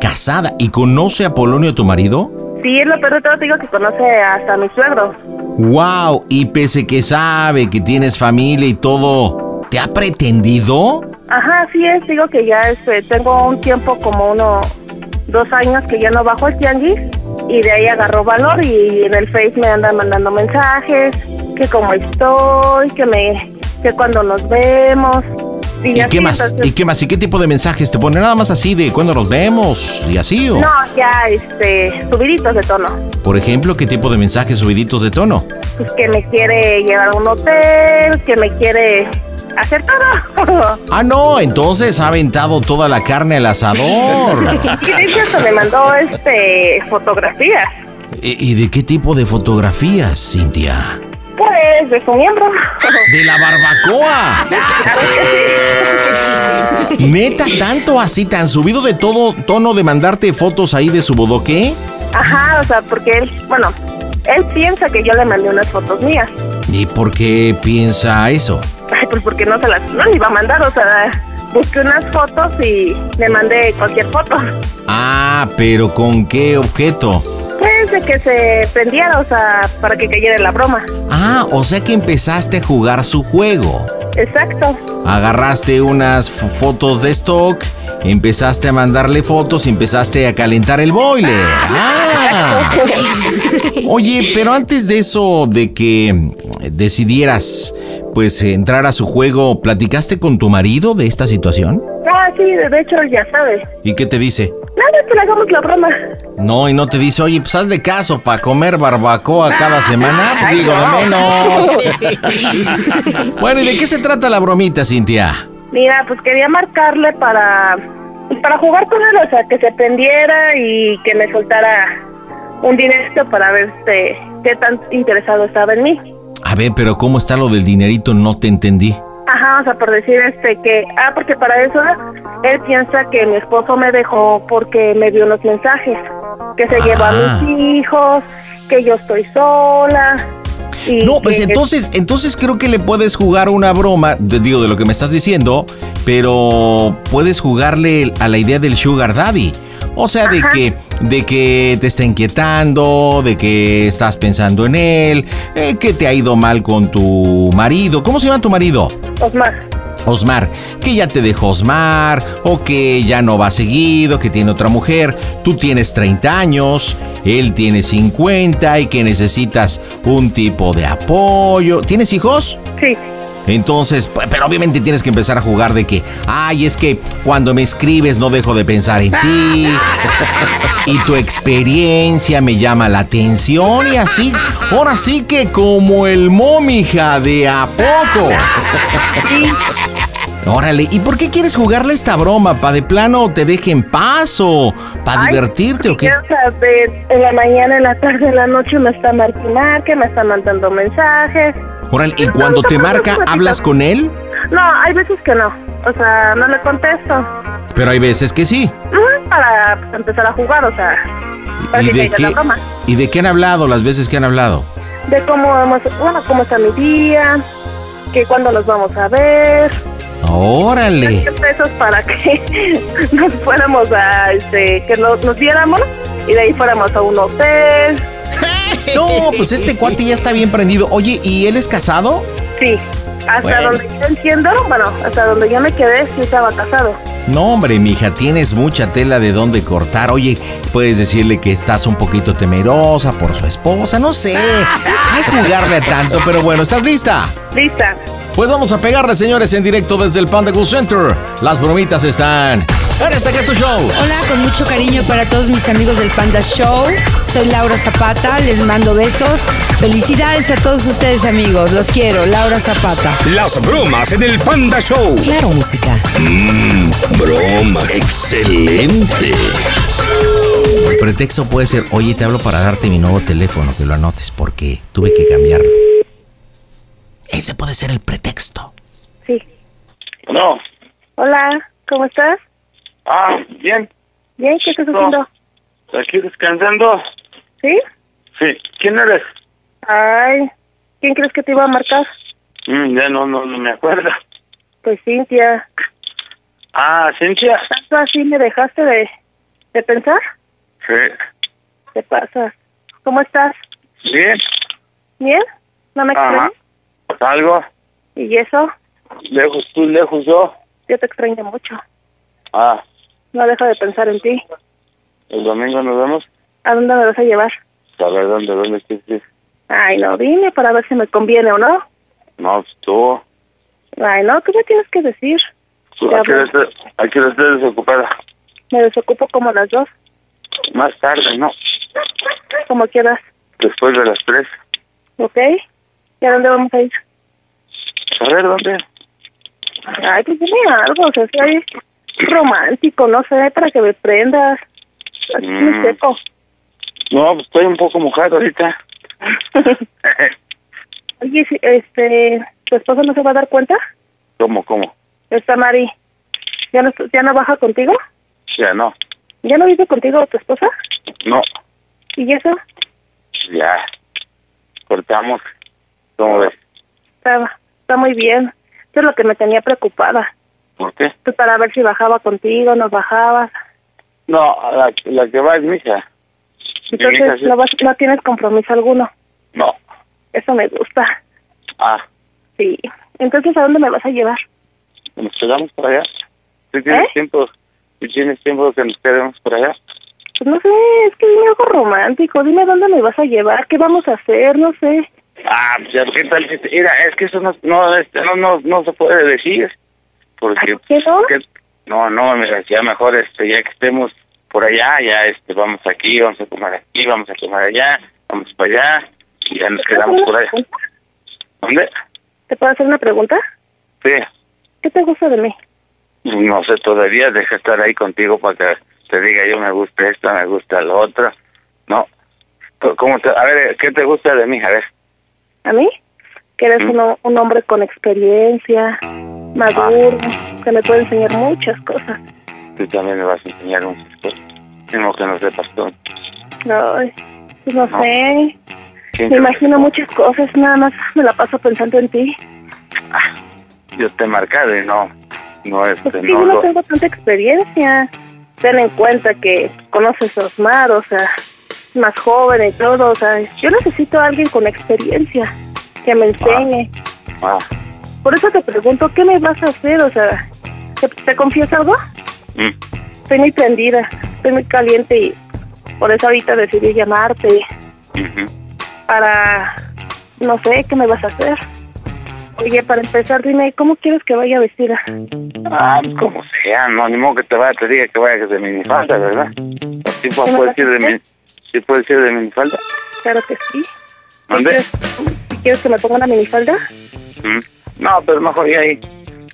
[SPEAKER 2] Casada. ¿Y conoce a Apolonio tu marido?
[SPEAKER 3] Sí, es lo peor de todo, te digo que conoce hasta a mi suegro.
[SPEAKER 2] ¡Wow! Y pese que sabe que tienes familia y todo, ¿te ha pretendido?
[SPEAKER 3] Ajá, así es, digo que ya este, tengo un tiempo como uno, dos años que ya no bajo el tianguis y de ahí agarró valor y en el Face me andan mandando mensajes, que cómo estoy, que me, que cuando nos vemos. ¿Y,
[SPEAKER 2] ¿Y
[SPEAKER 3] así,
[SPEAKER 2] qué más?
[SPEAKER 3] entonces-
[SPEAKER 2] ¿Y qué más? ¿Y qué tipo de mensajes te pone? Nada más así de cuándo nos vemos y así o.
[SPEAKER 3] No, ya, este, subiditos de tono.
[SPEAKER 2] Por ejemplo, ¿qué tipo de mensajes subiditos de tono?
[SPEAKER 3] Pues que me quiere llevar a un hotel, que me quiere hacer todo. [laughs]
[SPEAKER 2] Ah, no, entonces ha aventado toda la carne al asador.
[SPEAKER 3] [laughs] Y de hecho hasta me mandó este fotografías,
[SPEAKER 2] ¿Y y de qué tipo de fotografías, Cintia?
[SPEAKER 3] pues de su miembro. [laughs]
[SPEAKER 2] De la barbacoa. Neta, tanto así, tan subido de todo tono de mandarte fotos ahí de su bodoque.
[SPEAKER 3] Ajá, o sea, porque él, bueno, él piensa que yo le mandé unas fotos mías, [laughs]
[SPEAKER 2] ¿Y por qué piensa eso?
[SPEAKER 3] Ay, pues porque no se las, no le iba a mandar, o sea, busqué unas fotos y le mandé cualquier foto.
[SPEAKER 2] Ah, pero ¿con qué objeto?
[SPEAKER 3] Pues de que se prendiera, o sea, para que cayera en la broma.
[SPEAKER 2] Ah, o sea que empezaste a jugar su juego.
[SPEAKER 3] Exacto.
[SPEAKER 2] Agarraste unas f- fotos de stock, empezaste a mandarle fotos y empezaste a calentar el boiler. Ah. Oye, pero antes de eso, de que mm, decidieras pues entrar a su juego, ¿platicaste con tu marido de esta situación?
[SPEAKER 3] Ah, sí, de hecho él ya sabe.
[SPEAKER 2] ¿Y qué te dice?
[SPEAKER 3] Nada, que le hagamos la broma.
[SPEAKER 2] No, y no te dice, oye, pues haz de caso para comer barbacoa cada semana, pues digo, de menos. bueno, ¿y de qué se trata la bromita, Cintia?
[SPEAKER 3] Mira, pues quería marcarle para para jugar con él, o sea, que se prendiera y que me soltara un directo para ver este, qué tan interesado estaba en mí.
[SPEAKER 2] A ver, pero ¿cómo está lo del dinerito? No te entendí.
[SPEAKER 3] Ajá, o sea, por decir este que, ah, porque para eso él piensa que mi esposo me dejó porque me dio unos mensajes, que se llevó a
[SPEAKER 2] Ah.
[SPEAKER 3] mis hijos, que yo estoy sola. Y
[SPEAKER 2] No, pues
[SPEAKER 3] que-
[SPEAKER 2] entonces, entonces creo que le puedes jugar una broma, de- digo, de lo que me estás diciendo, pero puedes jugarle a la idea del sugar daddy. O sea, de que, de que te está inquietando, de que estás pensando en él, eh, que te ha ido mal con tu marido. ¿Cómo se llama tu marido?
[SPEAKER 3] Osmar.
[SPEAKER 2] Osmar, que ya te dejó Osmar, o que ya no va seguido, que tiene otra mujer, tú tienes 30 años, él tiene 50 y que necesitas un tipo de apoyo. ¿Tienes hijos?
[SPEAKER 3] Sí.
[SPEAKER 2] Entonces, pe- pero obviamente tienes que empezar a jugar de que, ay, es que cuando me escribes no dejo de pensar en ti y tu experiencia me llama la atención y así, ahora sí que como el momija de a poco. Órale, ¿y por qué quieres jugarle esta broma? ¿Pa de plano te deje en paz o para
[SPEAKER 3] Ay,
[SPEAKER 2] divertirte o qué?
[SPEAKER 3] O sea, de- en la mañana, en la tarde, en la noche me está marquimar, que me está mandando mensajes.
[SPEAKER 2] Órale, ¿y cuando te marca hablas con él?
[SPEAKER 3] No, hay veces que no. O sea, no le contesto.
[SPEAKER 2] Pero hay veces que sí.
[SPEAKER 3] Ujú, Para pues, empezar a jugar, o sea, para
[SPEAKER 2] ¿Y
[SPEAKER 3] que
[SPEAKER 2] de
[SPEAKER 3] caiga la
[SPEAKER 2] qué,
[SPEAKER 3] broma.
[SPEAKER 2] ¿Y de qué han hablado las veces que han hablado?
[SPEAKER 3] De cómo vamos, bueno, cómo está mi día, que cuándo nos vamos a ver,
[SPEAKER 2] Órale.
[SPEAKER 3] [laughs] qué pesos para que [laughs] nos fuéramos a, este, que nos, nos viéramos y de ahí fuéramos a un hotel.
[SPEAKER 2] No, pues este cuate ya está bien prendido. Oye, ¿y él es casado?
[SPEAKER 9] Sí, hasta
[SPEAKER 2] Bueno.
[SPEAKER 9] donde yo entiendo, bueno, hasta donde yo me quedé, sí estaba casado.
[SPEAKER 2] No, hombre, mija, tienes mucha tela de dónde cortar. Oye, puedes decirle que estás un poquito temerosa por su esposa, no sé. Hay que jugarle a tanto, pero bueno, ¿estás lista?
[SPEAKER 9] Lista.
[SPEAKER 2] Pues vamos a pegarle, señores, en directo desde el Panda Cool Center. Las bromitas están en este que es tu show.
[SPEAKER 6] Hola, con mucho cariño para todos mis amigos del Panda Show. Soy Laura Zapata, les mando besos. Felicidades a todos ustedes, amigos. Los quiero, Laura Zapata.
[SPEAKER 5] Las bromas en el Panda Show.
[SPEAKER 6] Claro, música.
[SPEAKER 5] Mmm, broma. Excelente.
[SPEAKER 2] El pretexto puede ser, oye, te hablo para darte mi nuevo teléfono, que lo anotes, porque tuve que cambiarlo. Ese puede ser el pretexto.
[SPEAKER 9] Sí.
[SPEAKER 15] [laughs] No.
[SPEAKER 9] Hola, ¿cómo estás?
[SPEAKER 15] Ah, bien.
[SPEAKER 9] Bien, ¿qué estás haciendo?
[SPEAKER 15] Aquí descansando.
[SPEAKER 9] ¿Sí?
[SPEAKER 15] Sí. ¿Quién eres?
[SPEAKER 9] Ay, ¿quién crees que te iba a marcar?
[SPEAKER 15] Mm, ya no, no, no me acuerdo.
[SPEAKER 9] Pues Cintia,
[SPEAKER 15] Ah, Cintia.
[SPEAKER 9] ¿tanto así me dejaste de, de pensar?
[SPEAKER 15] Sí.
[SPEAKER 9] ¿Qué pasa? ¿Cómo estás?
[SPEAKER 15] Bien.
[SPEAKER 9] ¿Bien? ¿No me
[SPEAKER 15] Ajá.
[SPEAKER 9] extrañas?
[SPEAKER 15] Algo.
[SPEAKER 9] ¿Y eso?
[SPEAKER 15] Lejos tú, lejos yo.
[SPEAKER 9] Yo te extraño mucho.
[SPEAKER 15] Ah,
[SPEAKER 9] No dejo de pensar en ti.
[SPEAKER 15] el domingo nos vemos.
[SPEAKER 9] ¿A dónde me vas a llevar?
[SPEAKER 15] A ver, ¿dónde, dónde quieres ir?
[SPEAKER 9] Ay, no, dime para ver si me conviene o no.
[SPEAKER 15] No, pues tú.
[SPEAKER 9] Ay, no, tú me tienes que decir.
[SPEAKER 15] Tú,
[SPEAKER 9] Ya
[SPEAKER 15] Aquí
[SPEAKER 9] voy.
[SPEAKER 15] estoy, aquí estoy desocupada.
[SPEAKER 9] Me desocupo como a las dos,
[SPEAKER 15] Más tarde, ¿no?
[SPEAKER 9] como quieras,
[SPEAKER 15] Después de las tres.
[SPEAKER 9] ¿ok? ¿Y a dónde vamos a ir?
[SPEAKER 15] A ver, ¿dónde?
[SPEAKER 9] Ay, pues dime algo, o sea, soy romántico, no sé, para que me prendas. Así me
[SPEAKER 15] Mm.
[SPEAKER 9] seco.
[SPEAKER 15] No, pues estoy un poco
[SPEAKER 9] [laughs]
[SPEAKER 15] mojado ahorita.
[SPEAKER 9] Oye, si- este, ¿tu esposo no se va a dar cuenta?
[SPEAKER 15] ¿Cómo, cómo?
[SPEAKER 9] Está Mari. ¿Ya no, ¿Ya no baja contigo?
[SPEAKER 15] Ya no.
[SPEAKER 9] ¿Ya no vive contigo tu esposa?
[SPEAKER 15] No,
[SPEAKER 9] ¿Y eso?
[SPEAKER 15] ya. Cortamos. ¿Cómo ves?
[SPEAKER 9] Está, está muy bien. Eso es lo que me tenía preocupada.
[SPEAKER 15] ¿Por qué?
[SPEAKER 9] Pues para ver si bajaba contigo, no bajaba.
[SPEAKER 15] No, la, la que va es mi hija. Mi hija
[SPEAKER 9] Entonces
[SPEAKER 15] sí.
[SPEAKER 9] no, vas- no tienes compromiso alguno.
[SPEAKER 15] No.
[SPEAKER 9] Eso me gusta.
[SPEAKER 15] Ah,
[SPEAKER 9] Sí. Entonces, ¿a dónde me vas a llevar?
[SPEAKER 15] nos quedamos por allá. Si
[SPEAKER 9] ¿Eh?
[SPEAKER 15] tienes tiempo, si tienes tiempo que nos quedemos por allá.
[SPEAKER 9] Pues no sé, es que dime algo romántico. Dime dónde me vas a llevar, qué vamos a hacer, no sé.
[SPEAKER 15] Ah, pues, ya, ¿qué tal? que te- Mira, es que eso no, no, este, no, no, no se puede decir. Porque,
[SPEAKER 9] ¿Qué no?
[SPEAKER 15] que- no, no, mira, ya mejor, este, ya que estemos por allá, ya, este, vamos aquí, vamos a comer aquí, vamos a comer allá, vamos para allá, y ya nos quedamos por allá. ¿Dónde?
[SPEAKER 9] ¿Te puedo hacer una pregunta?
[SPEAKER 15] Sí.
[SPEAKER 9] ¿Qué te gusta de mí?
[SPEAKER 15] No sé todavía, deja estar ahí contigo para que te diga yo me gusta esto, me gusta lo otro. No. C- ¿Cómo te- a ver, ¿qué te gusta de mí? A ver.
[SPEAKER 9] ¿A mí? Que eres
[SPEAKER 15] Mm.
[SPEAKER 9] un, ho- un hombre con experiencia, maduro,
[SPEAKER 15] Ah.
[SPEAKER 9] que me puede enseñar muchas cosas.
[SPEAKER 15] Tú también me vas a enseñar un sector. Mismo que no sepas tú.
[SPEAKER 9] Ay, pues no
[SPEAKER 15] No.
[SPEAKER 9] sé.
[SPEAKER 15] ¿Quién
[SPEAKER 9] Me
[SPEAKER 15] crees?
[SPEAKER 9] imagino muchas cosas, nada más me la paso pensando en ti.
[SPEAKER 15] Yo te he marcado y no, no este,
[SPEAKER 9] Pues sí,
[SPEAKER 15] no
[SPEAKER 9] yo no
[SPEAKER 15] lo-
[SPEAKER 9] tengo tanta experiencia. Ten en cuenta que conoces a Osmar, o sea, más joven y todo, o sea, yo necesito a alguien con experiencia que me enseñe.
[SPEAKER 15] Ah,
[SPEAKER 9] Por eso te pregunto, ¿qué me vas a hacer? O sea, ¿te, te confieso algo?
[SPEAKER 15] mm,
[SPEAKER 9] Estoy muy prendida, estoy muy caliente y por eso ahorita decidí llamarte
[SPEAKER 15] ujú.
[SPEAKER 9] para, no sé, ¿qué me vas a hacer? Oye, para empezar, dime, ¿cómo quieres que vaya vestida?
[SPEAKER 15] Ah, pues como sea, no, ni modo que te vaya, te diga que vaya de minifalda, ¿verdad? Sí puedo,
[SPEAKER 9] ¿Cómo
[SPEAKER 15] puedes
[SPEAKER 9] la
[SPEAKER 15] ir de min, sí puedes ir de minifalda.
[SPEAKER 9] Claro que sí.
[SPEAKER 15] ¿Dónde?
[SPEAKER 9] ¿Quieres que me ponga una minifalda?
[SPEAKER 15] Mm. No, pero mejor ya ahí.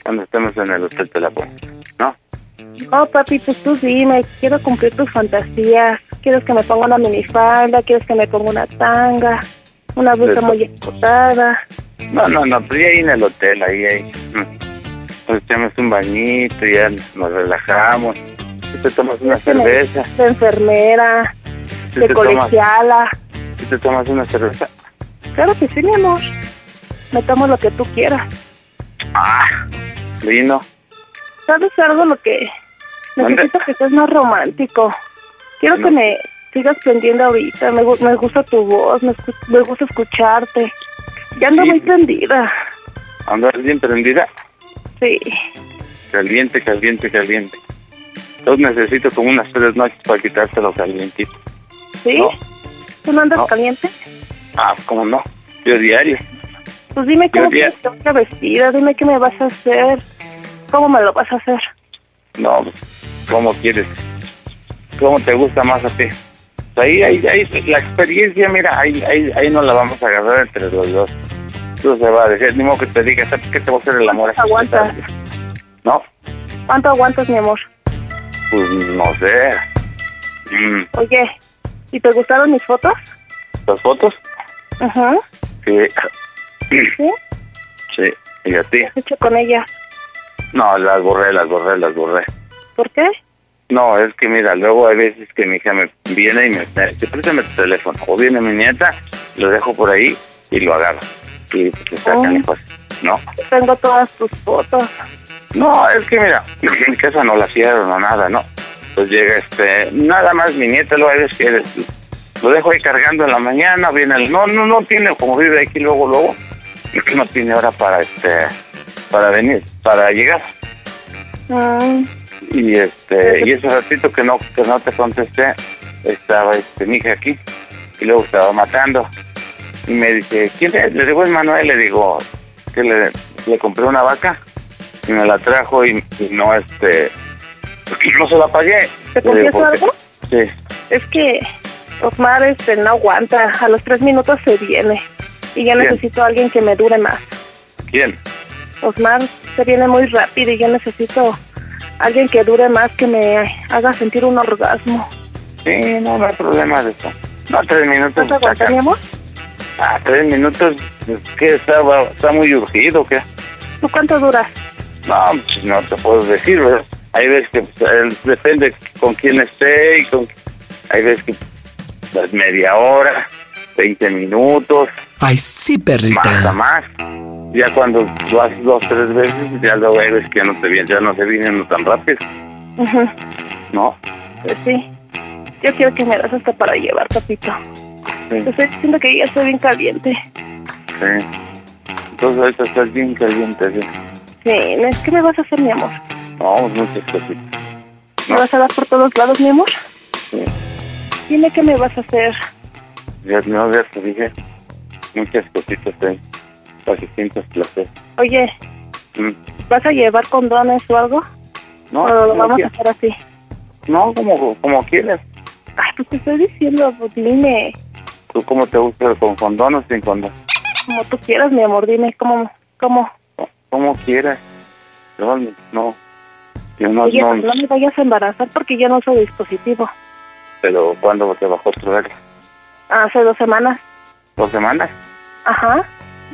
[SPEAKER 15] Cuando estemos en el hotel te la pongo. ¿No?
[SPEAKER 9] No, papi, pues tú dime, quiero cumplir tus fantasías. ¿Quieres que me ponga una minifalda? ¿Quieres que me ponga una tanga? Una blusa
[SPEAKER 15] Eso.
[SPEAKER 9] muy escotada.
[SPEAKER 15] No, no, no, pues ya ahí en el hotel, ahí, ahí. mm. Nos echamos un bañito, ya nos relajamos. Si te tomas una
[SPEAKER 9] que me-
[SPEAKER 15] cerveza,
[SPEAKER 9] De enfermera,
[SPEAKER 15] Sí,
[SPEAKER 9] de
[SPEAKER 15] te tomas.
[SPEAKER 9] colegiala.
[SPEAKER 15] si te tomas una cerveza.
[SPEAKER 9] Claro que sí, mi amor. Me tomo lo que tú quieras.
[SPEAKER 15] ¡Ah! Vino.
[SPEAKER 9] ¿Sabes algo lo que...?
[SPEAKER 15] ¿Dónde? ¿Mm?
[SPEAKER 9] Necesito que seas más romántico. Quiero que me sigas prendiendo ahorita. Me, gu- me gusta tu voz, me, escu- me gusta escucharte. Ya ando
[SPEAKER 15] Sí.
[SPEAKER 9] muy prendida.
[SPEAKER 15] ¿Andas bien prendida?
[SPEAKER 9] Sí.
[SPEAKER 15] Caliente, caliente, caliente. Entonces necesito como unas tres noches para quitártelo calientito.
[SPEAKER 9] ¿Sí?
[SPEAKER 15] No.
[SPEAKER 9] ¿Tú no andas caliente?
[SPEAKER 15] Ah, ¿cómo no? Yo diario.
[SPEAKER 9] Pues dime
[SPEAKER 15] Yo
[SPEAKER 9] cómo
[SPEAKER 15] diario.
[SPEAKER 9] te otra vestida, dime qué me vas a hacer, cómo me lo vas a hacer.
[SPEAKER 15] No, pues, ¿cómo quieres? ¿Cómo te gusta más a ti? Pues Ahí, ahí, ahí, la experiencia, mira, ahí, ahí, ahí no la vamos a agarrar entre los dos. Tú se va a decir, ni modo que te digas, ¿sabes qué te voy a hacer el amor? así,
[SPEAKER 9] Aguanta,
[SPEAKER 15] No,
[SPEAKER 9] ¿cuánto aguantas, mi amor?
[SPEAKER 15] pues no sé. Mm,
[SPEAKER 9] Oye, ¿y te gustaron mis fotos?
[SPEAKER 15] ¿Las fotos?
[SPEAKER 9] Ajá.
[SPEAKER 15] Sí.
[SPEAKER 9] ¿Sí?
[SPEAKER 15] Sí, y a ti.
[SPEAKER 9] ¿Qué has hecho con ella?
[SPEAKER 15] No, las borré, las borré, las borré.
[SPEAKER 9] ¿Por qué?
[SPEAKER 15] No, es que mira, luego hay veces que mi hija me viene y me dice, préstame tu teléfono. O viene mi nieta, lo dejo por ahí y lo agarro. Y pues le sacan y pues, no.
[SPEAKER 9] Tengo todas tus fotos.
[SPEAKER 15] No, es que mira, [clears throat] en casa no la cierro, no nada, no. Pues llega este, nada más mi nieta, luego hay veces que lo dejo ahí cargando en la mañana, viene el, no, no, no tiene, como vive aquí luego, luego, [clears throat] no tiene hora para este, para venir, para llegar.
[SPEAKER 9] Mm,
[SPEAKER 15] y este y ese ratito que no que no te contesté estaba este mi hija aquí y luego estaba matando y me dice quién es le digo es Manuel le digo que le, le compré una vaca y me la trajo y, y no este pues, no se la pagué
[SPEAKER 9] ¿Te
[SPEAKER 15] Le digo,
[SPEAKER 9] confieso
[SPEAKER 15] "Porque-"
[SPEAKER 9] algo?
[SPEAKER 15] sí
[SPEAKER 9] Es que Osmar este, no aguanta, a los tres minutos se viene. Y yo
[SPEAKER 15] Bien.
[SPEAKER 9] necesito a alguien que me dure más.
[SPEAKER 15] quién
[SPEAKER 9] Osmar se viene muy rápido y yo necesito a alguien que dure más, que me haga sentir un orgasmo.
[SPEAKER 15] sí no no hay problema de eso no tres minutos
[SPEAKER 9] ¿Nos aguantaríamos?
[SPEAKER 15] ah tres minutos que estaba está muy urgido que
[SPEAKER 9] ¿Tú cuánto duras?
[SPEAKER 15] No, pues, no te puedo decir, ¿verdad? Hay veces que pues, eh, depende con quién esté y con... Hay veces que pues, media hora, 20 minutos.
[SPEAKER 16] Ay, sí, perrita.
[SPEAKER 15] Más a más. Ya cuando lo haces dos, tres veces, ya luego hay veces que ya no te vienen, ya no se vienen tan rápido,
[SPEAKER 9] Ujú,
[SPEAKER 15] ¿no?
[SPEAKER 9] pues sí. Yo quiero que me das hasta para llevar, papito.
[SPEAKER 15] Sí,
[SPEAKER 9] Te estoy diciendo que ya estoy bien caliente.
[SPEAKER 15] sí. Entonces ahorita estás bien caliente, ¿sí?
[SPEAKER 9] Sí, ¿no? ¿qué me vas a hacer, mi amor?
[SPEAKER 15] No, pues, muchas cositas.
[SPEAKER 9] ¿Me vas a dar por todos lados, mi amor?
[SPEAKER 15] Sí.
[SPEAKER 9] Dime qué me vas a hacer.
[SPEAKER 15] Ya, no, ya te dije, muchas cositas, ¿sí? Para que sientas placer.
[SPEAKER 9] Oye,
[SPEAKER 15] Mm.
[SPEAKER 9] ¿vas a llevar condones o algo?
[SPEAKER 15] No,
[SPEAKER 9] ¿O lo
[SPEAKER 15] como
[SPEAKER 9] vamos a
[SPEAKER 15] quieras.
[SPEAKER 9] hacer así.
[SPEAKER 15] No, como, como quieras.
[SPEAKER 9] Ay, pues te estoy diciendo, pues dime,
[SPEAKER 15] ¿Tú cómo te gusta con condón o sin condón?
[SPEAKER 9] como tú quieras, mi amor, dime cómo, cómo.
[SPEAKER 15] Como quieras. Yo no- no. Yo no,
[SPEAKER 9] Oye,
[SPEAKER 15] no,
[SPEAKER 9] pues no me vayas a embarazar porque yo no uso dispositivo.
[SPEAKER 15] Pero ¿cuándo te bajó tu regla?
[SPEAKER 9] Hace dos semanas.
[SPEAKER 15] ¿Dos semanas?
[SPEAKER 9] Ajá.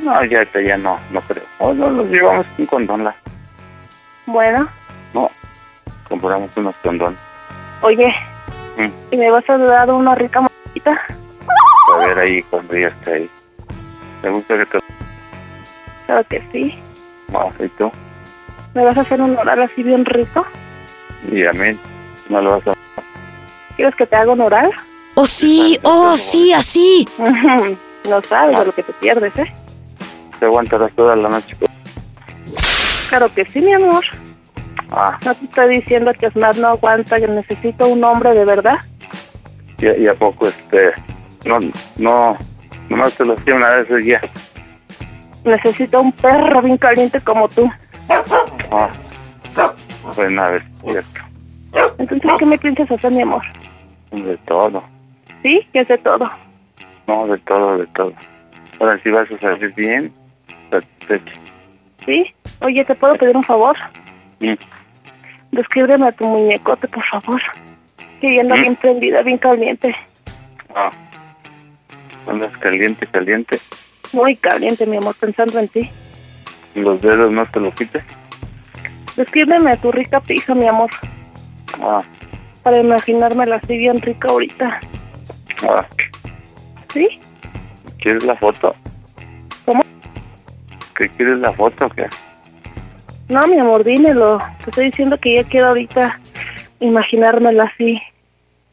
[SPEAKER 15] No, ya, te- ya no, no creo. No, no, nos llevamos un condón, la.
[SPEAKER 9] Bueno,
[SPEAKER 15] No, compramos unos condones.
[SPEAKER 9] oye,
[SPEAKER 15] Mm.
[SPEAKER 9] ¿y me vas a dar una rica mojita?
[SPEAKER 15] A ver ahí cuando ya esté ahí. ¿Te gusta que te...
[SPEAKER 9] Claro que sí.
[SPEAKER 15] No, ¿y tú?
[SPEAKER 9] ¿Me vas a hacer un oral así bien rico?
[SPEAKER 15] Y a mí no lo vas a...
[SPEAKER 9] ¿Quieres que te haga un oral? [laughs]
[SPEAKER 16] Oh, sí, oh, sí, así.
[SPEAKER 9] no sabes de lo que te pierdes, ¿eh?
[SPEAKER 15] Te aguantarás toda la noche.
[SPEAKER 9] Claro que sí, mi amor.
[SPEAKER 15] Ah,
[SPEAKER 9] No te estoy diciendo que Osmar no aguanta, que necesito un hombre de verdad.
[SPEAKER 15] y, y a poco este... No, no, nomás te lo hacía una vez al día.
[SPEAKER 9] Necesito un perro bien caliente como tú.
[SPEAKER 15] Ah, pues nada, es cierto.
[SPEAKER 9] Entonces, ¿qué me piensas hacer, mi amor?
[SPEAKER 15] De todo,
[SPEAKER 9] ¿Sí? Que sé todo.
[SPEAKER 15] no, de todo, de todo. Ahora sí vas a salir bien, satisfecho.
[SPEAKER 9] ¿Sí? Oye, ¿te puedo pedir un favor?
[SPEAKER 15] Mm.
[SPEAKER 9] Descríbeme a tu muñecote, por favor. Que ya anda
[SPEAKER 15] Mm.
[SPEAKER 9] bien prendida, bien caliente.
[SPEAKER 15] Ah. Andas caliente, caliente.
[SPEAKER 9] Muy caliente, mi amor, pensando en ti.
[SPEAKER 15] Los dedos no te lo quites.
[SPEAKER 9] Descríbeme a tu rica pija, mi amor.
[SPEAKER 15] Ah,
[SPEAKER 9] Para imaginármela así bien rica ahorita.
[SPEAKER 15] ah.
[SPEAKER 9] ¿Sí?
[SPEAKER 15] ¿Quieres la foto?
[SPEAKER 9] ¿Cómo?
[SPEAKER 15] ¿Qué quieres la foto o qué?
[SPEAKER 9] No, mi amor, dímelo. Te estoy diciendo que ya quiero ahorita imaginármela así.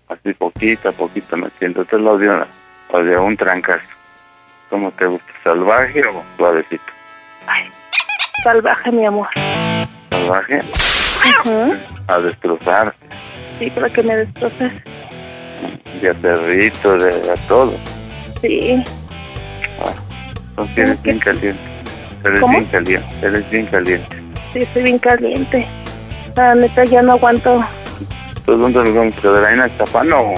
[SPEAKER 15] así poquito a poquito metiendo. Entonces lo de, una- lo de un trancazo. ¿Cómo te gusta? ¿Salvaje o suavecito?
[SPEAKER 9] Salvaje, mi amor.
[SPEAKER 15] ¿Salvaje?
[SPEAKER 9] Ujú.
[SPEAKER 15] A destrozar,
[SPEAKER 9] Sí, para que me destrozas.
[SPEAKER 15] de a perrito, de a todo.
[SPEAKER 9] Sí.
[SPEAKER 15] Entonces eres bien caliente. Eres
[SPEAKER 9] ¿Cómo?
[SPEAKER 15] bien caliente. Eres bien caliente.
[SPEAKER 9] Sí, estoy bien caliente. La neta, ya no aguanto.
[SPEAKER 15] ¿Tú dónde lo encuentras? ¿En Aztlapán o,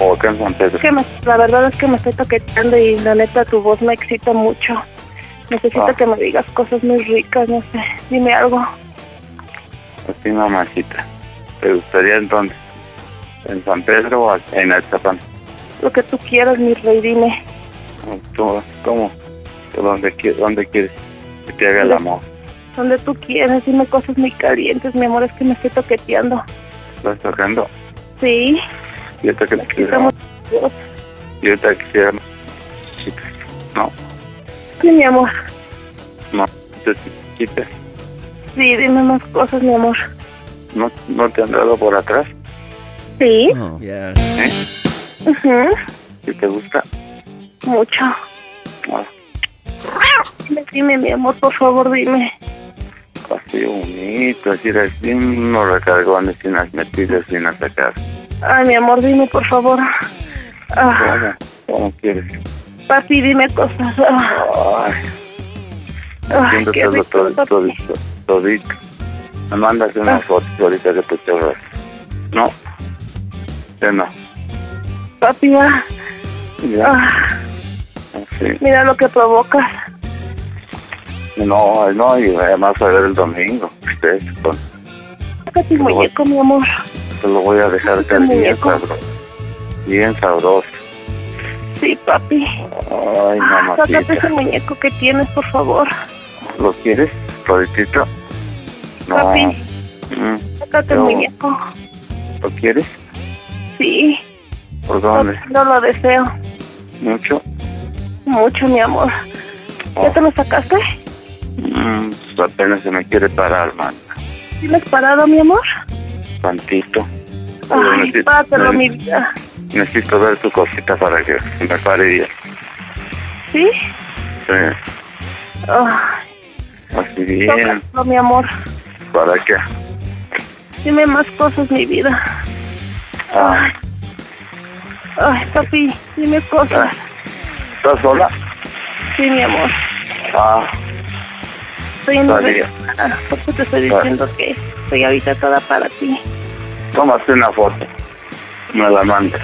[SPEAKER 15] o acá en San Pedro?
[SPEAKER 9] Es que me- la verdad es que me estoy toqueteando y la neta, tu voz me excita mucho. Necesito
[SPEAKER 15] Ah.
[SPEAKER 9] que me digas cosas muy ricas, no sé. Dime algo.
[SPEAKER 15] Así, mamacita. ¿Te gustaría entonces? ¿En San Pedro o acá en Aztlapán?
[SPEAKER 9] Lo que tú quieras, mi rey, dime.
[SPEAKER 15] ¿Cómo? ¿Cómo? ¿Dónde, qui- dónde quieres que te haga el amor?
[SPEAKER 9] Donde tú quieras, dime cosas muy calientes, mi amor. Es que me estoy toqueteando.
[SPEAKER 15] ¿Estás tocando?
[SPEAKER 9] Sí.
[SPEAKER 15] Yo te quisiera,
[SPEAKER 9] Estamos. Dios.
[SPEAKER 15] yo te quisiera, mamacita. No,
[SPEAKER 9] Sí, mi amor.
[SPEAKER 15] mamacita chiquita.
[SPEAKER 9] Sí, dime más cosas, mi amor.
[SPEAKER 15] ¿No, ¿No te han dado por atrás?
[SPEAKER 9] Sí.
[SPEAKER 15] ¿Eh?
[SPEAKER 9] Ujú.
[SPEAKER 15] ¿Sí te gusta?
[SPEAKER 9] Mucho.
[SPEAKER 15] Ah,
[SPEAKER 9] Dime, dime, mi amor, por favor, dime.
[SPEAKER 15] así bonito, así, así unos recargones, sin las metidas, sin las sacadas.
[SPEAKER 9] Ay, mi amor, dime, por favor. Ah,
[SPEAKER 15] ¿Cómo? ¿Cómo quieres?
[SPEAKER 9] papi, dime cosas. Ah. Ay, qué
[SPEAKER 15] Haciéndotelo
[SPEAKER 9] rico,
[SPEAKER 15] todo,
[SPEAKER 9] papi. Ah.
[SPEAKER 15] todito, todito. Me mandas una foto ahorita que te voy a dar. No, ya no.
[SPEAKER 9] Papi, ah,
[SPEAKER 15] Ya,
[SPEAKER 9] ah,
[SPEAKER 15] sí.
[SPEAKER 9] mira lo que provocas.
[SPEAKER 15] No, no, y además a ver el domingo. Ustedes, con-
[SPEAKER 9] Saca tu muñeco, mi amor.
[SPEAKER 15] te Pues lo voy a dejar caer bien
[SPEAKER 9] muñeco.
[SPEAKER 15] sabroso. Bien sabroso.
[SPEAKER 9] Sí, papi. Ah,
[SPEAKER 15] Ay,
[SPEAKER 9] Sácate ese
[SPEAKER 15] mamacita.
[SPEAKER 9] muñeco que tienes, por favor.
[SPEAKER 15] ¿Lo quieres? ¿Toditito? No.
[SPEAKER 9] Papi.
[SPEAKER 15] Mm,
[SPEAKER 9] Sácate el
[SPEAKER 15] No.
[SPEAKER 9] muñeco.
[SPEAKER 15] ¿Lo quieres?
[SPEAKER 9] Sí,
[SPEAKER 15] ¿Por dónde?
[SPEAKER 9] no lo deseo.
[SPEAKER 15] ¿Mucho?
[SPEAKER 9] Mucho, mi amor.
[SPEAKER 15] Oh.
[SPEAKER 9] ¿Ya te lo sacaste?
[SPEAKER 15] Mm, pues apenas se me quiere parar, man.
[SPEAKER 9] ¿Tienes parado, mi amor?
[SPEAKER 15] Tantito. Pero
[SPEAKER 9] Ay,
[SPEAKER 15] necesito-
[SPEAKER 9] pátalo, mi
[SPEAKER 15] necesito-
[SPEAKER 9] vida.
[SPEAKER 15] Necesito ver tu cosita para que me pare bien.
[SPEAKER 9] ¿Sí?
[SPEAKER 15] Sí,
[SPEAKER 9] Ah,
[SPEAKER 15] así bien.
[SPEAKER 9] tócalo, mi amor.
[SPEAKER 15] ¿Para qué?
[SPEAKER 9] Dime más cosas, mi vida.
[SPEAKER 15] Ah,
[SPEAKER 9] Ay, papi, dime cosas.
[SPEAKER 15] ¿Estás sola?
[SPEAKER 9] Sí, mi amor.
[SPEAKER 15] Ah,
[SPEAKER 9] Estoy en
[SPEAKER 15] Está
[SPEAKER 9] un
[SPEAKER 15] bien.
[SPEAKER 9] restaurante. Por eso te estoy diciendo que estoy ahorita toda para ti.
[SPEAKER 15] tómate una foto. Me la mandas.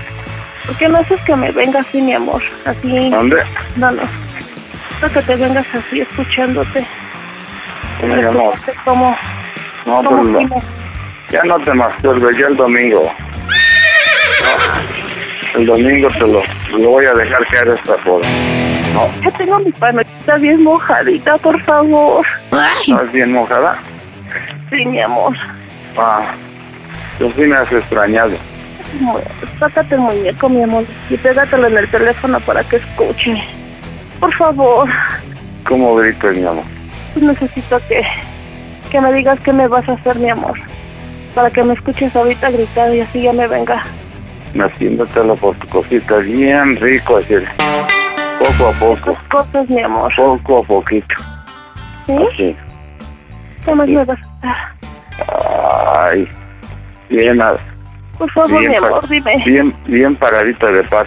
[SPEAKER 9] ¿Por qué no haces que me venga así, mi amor? Así.
[SPEAKER 15] ¿Dónde?
[SPEAKER 9] No, no. No que te vengas así escuchándote.
[SPEAKER 15] Mi amor.
[SPEAKER 9] Escuchándote Como,
[SPEAKER 15] No,
[SPEAKER 9] como
[SPEAKER 15] pero no.
[SPEAKER 9] Gina.
[SPEAKER 15] Ya no te masturbes, ya el domingo. No, el domingo te lo, lo voy a dejar caer esta foto. No,
[SPEAKER 9] Ya tengo mi panelita bien mojadita, por favor.
[SPEAKER 15] ¿estás bien mojada?
[SPEAKER 9] Sí, mi amor.
[SPEAKER 15] Ah, tú sí me has extrañado.
[SPEAKER 9] Mu- Sácate el muñeco, mi amor, y pégatelo en el teléfono para que escuche. Por favor,
[SPEAKER 15] ¿Cómo gritas, mi amor?
[SPEAKER 9] Pues necesito que, que me digas qué me vas a hacer, mi amor. Para que me escuches ahorita gritar y así ya me venga.
[SPEAKER 15] Haciéndotelo por tu cosita, bien rico, así. Poco a poco,
[SPEAKER 9] Cosas, mi amor.
[SPEAKER 15] poco a poquito.
[SPEAKER 9] ¿Sí?
[SPEAKER 15] Así.
[SPEAKER 9] ¿Qué más me vas a hacer?
[SPEAKER 15] Ay, bien, a-
[SPEAKER 9] Por favor,
[SPEAKER 15] bien,
[SPEAKER 9] mi
[SPEAKER 15] pa-
[SPEAKER 9] amor, dime.
[SPEAKER 15] bien, bien paradita de paz.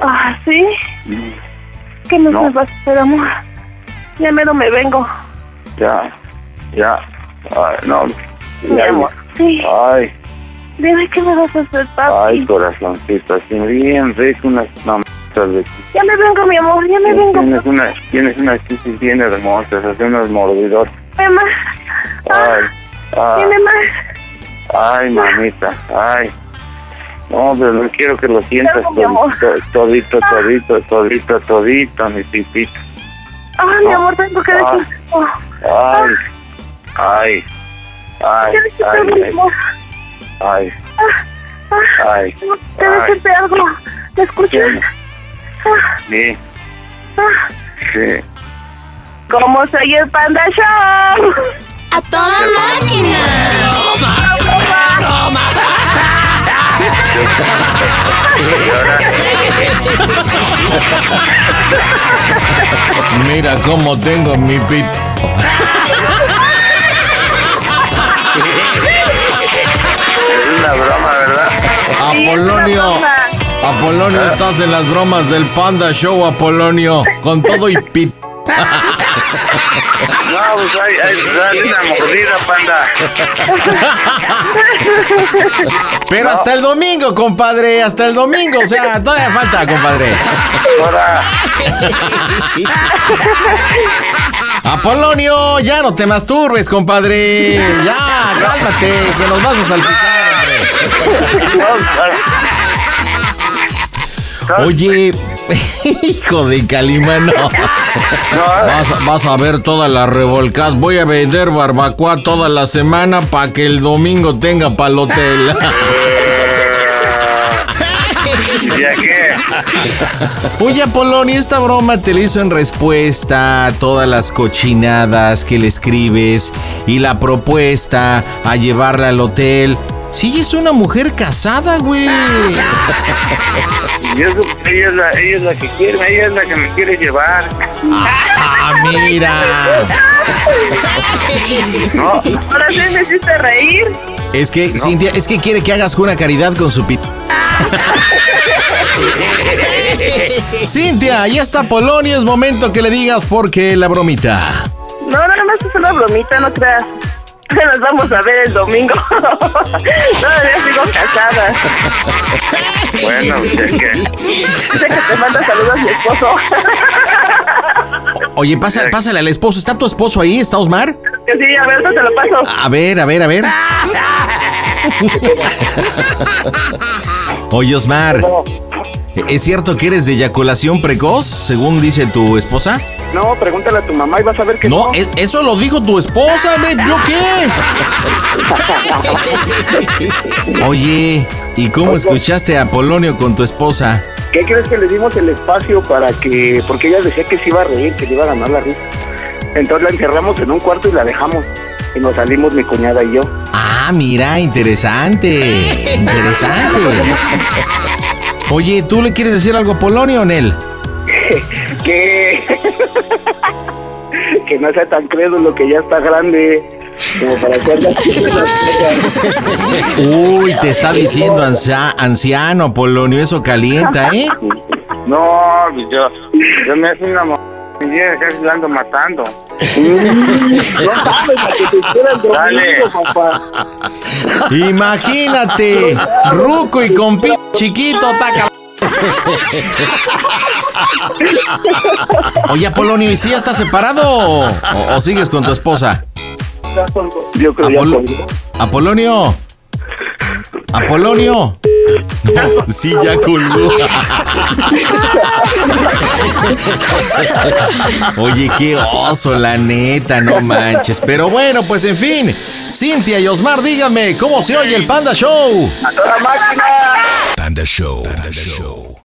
[SPEAKER 9] Ah, ¿sí? ¿Qué más me vas a hacer, amor? Ya mero me vengo.
[SPEAKER 15] Ya, ya. Ay, no.
[SPEAKER 9] Mi amor, sí.
[SPEAKER 15] Ay,
[SPEAKER 9] Dime qué me vas a hacer, papi.
[SPEAKER 15] Ah. ay, corazoncito, así bien rico, unas mamitas de
[SPEAKER 9] Ya me vengo, mi amor, ya me vengo.
[SPEAKER 15] Tienes una, tienes unas chichis bien hermosas, así unos mordidores.
[SPEAKER 9] Mamá, Ah,
[SPEAKER 15] Ay, ah. ay,
[SPEAKER 9] dime más.
[SPEAKER 15] ay, mamita, ay. No, pero no quiero que lo sientas
[SPEAKER 9] mi amor. Ah.
[SPEAKER 15] todito, todito, todito, todito, todito, mi pipita.
[SPEAKER 9] Ay, mi amor, tengo que
[SPEAKER 15] Ah.
[SPEAKER 9] decirte. Oh,
[SPEAKER 15] Ay, ay, ay,
[SPEAKER 9] quiero decirte
[SPEAKER 15] ay,
[SPEAKER 9] algo, mi
[SPEAKER 15] ay,
[SPEAKER 9] amor.
[SPEAKER 15] ay,
[SPEAKER 9] Ah,
[SPEAKER 15] ay.
[SPEAKER 9] Quiero
[SPEAKER 15] Ay.
[SPEAKER 9] decirte algo. ¿Me escuchas?
[SPEAKER 15] Sí.
[SPEAKER 9] Ah,
[SPEAKER 15] Sí,
[SPEAKER 9] ah.
[SPEAKER 15] sí.
[SPEAKER 9] ¿Cómo soy el Panda Show?
[SPEAKER 14] ¡A toda máquina!
[SPEAKER 15] Y ahora,
[SPEAKER 2] Mira cómo tengo mi pit.
[SPEAKER 15] es una broma, ¿verdad?
[SPEAKER 2] Apolonio. Apolonio, estás en las bromas del Panda Show, Apolonio. Con todo y pit.
[SPEAKER 15] No, pues hay, hay, dale una mordida, panda.
[SPEAKER 2] Pero hasta el domingo, compadre. Hasta el domingo. O sea, todavía falta, compadre.
[SPEAKER 15] Ahora,
[SPEAKER 2] Apolonio, ya no te masturbes, compadre. Ya, cálmate, que nos vas a salpicar.
[SPEAKER 15] Ah.
[SPEAKER 2] Oye, [laughs] hijo de Calimano. Vas, a- vas a ver todas las revolcadas. Voy a vender barbacoa toda la semana para que el domingo tenga para el hotel.
[SPEAKER 15] ¿ya qué?
[SPEAKER 2] Oye, Apolonio, esta broma te la hizo en respuesta a todas las cochinadas que le escribes y la propuesta a llevarla al hotel. Sí, es una mujer casada, güey.
[SPEAKER 15] Yo supe que ella es, la, ella es la que quiere, ella es la que me quiere llevar.
[SPEAKER 2] Ah, mira.
[SPEAKER 15] No,
[SPEAKER 9] Ahora sí me hiciste reír.
[SPEAKER 2] Es que, Cintia, es que quiere que hagas una caridad con su pit. Cintia, ya está Polonio, es momento que le digas por qué la bromita.
[SPEAKER 9] No, nada más es una bromita, no creas. Nos vamos a ver el domingo. [laughs] Todavía sigo casada.
[SPEAKER 15] bueno, pues, ya que.
[SPEAKER 9] Dice que te manda saludos mi esposo. [laughs]
[SPEAKER 2] Oye, pasa, pásale al esposo. ¿Está tu esposo ahí? ¿Está Osmar?
[SPEAKER 9] Que sí, a ver, te lo paso.
[SPEAKER 2] A ver, a ver, a ver. Oye, Osmar. ¿Es cierto que eres de eyaculación precoz, según dice tu esposa?
[SPEAKER 17] No, pregúntale a tu mamá y vas a ver que
[SPEAKER 2] No,
[SPEAKER 17] no.
[SPEAKER 2] e- eso lo dijo tu esposa, babe. ¿Yo qué? Oye, ¿y cómo escuchaste a Polonio con tu esposa?
[SPEAKER 17] ¿Qué crees que le dimos el espacio para que.? Porque ella decía que se iba a reír, que le iba a ganar la risa. Entonces la encerramos en un cuarto y la dejamos. Y nos salimos mi cuñada y yo.
[SPEAKER 2] Ah, mira, interesante. Interesante. Oye, ¿tú le quieres decir algo a Polonio, Nel?
[SPEAKER 17] que. que no sea tan crédulo que ya está grande. Como para que andas haciendo esas
[SPEAKER 9] [laughs]
[SPEAKER 17] cosas.
[SPEAKER 2] Uy, te está diciendo ansia- anciano, Polonio, eso calienta, ¿eh?
[SPEAKER 15] No, pues yo, yo me hace una mo- y llega casi la ando matando. [laughs]
[SPEAKER 17] No sabes, a que te hicieran
[SPEAKER 15] Dale.
[SPEAKER 17] dormido, papá.
[SPEAKER 2] Imagínate, ruco y con pi- chiquito, taca. Oye, Apolonio, ¿y si ya estás separado o, o- o sigues con tu esposa?
[SPEAKER 17] Yo creo ya
[SPEAKER 2] Apolo- Apolonio. Apolonio. No, sí, ya colgó. Oye, qué oso, la neta, no manches. Pero bueno, pues en fin. Cintia y Osmar, díganme, ¿cómo se oye el Panda Show?
[SPEAKER 17] ¡A toda máquina!
[SPEAKER 5] Panda Show. Panda Show.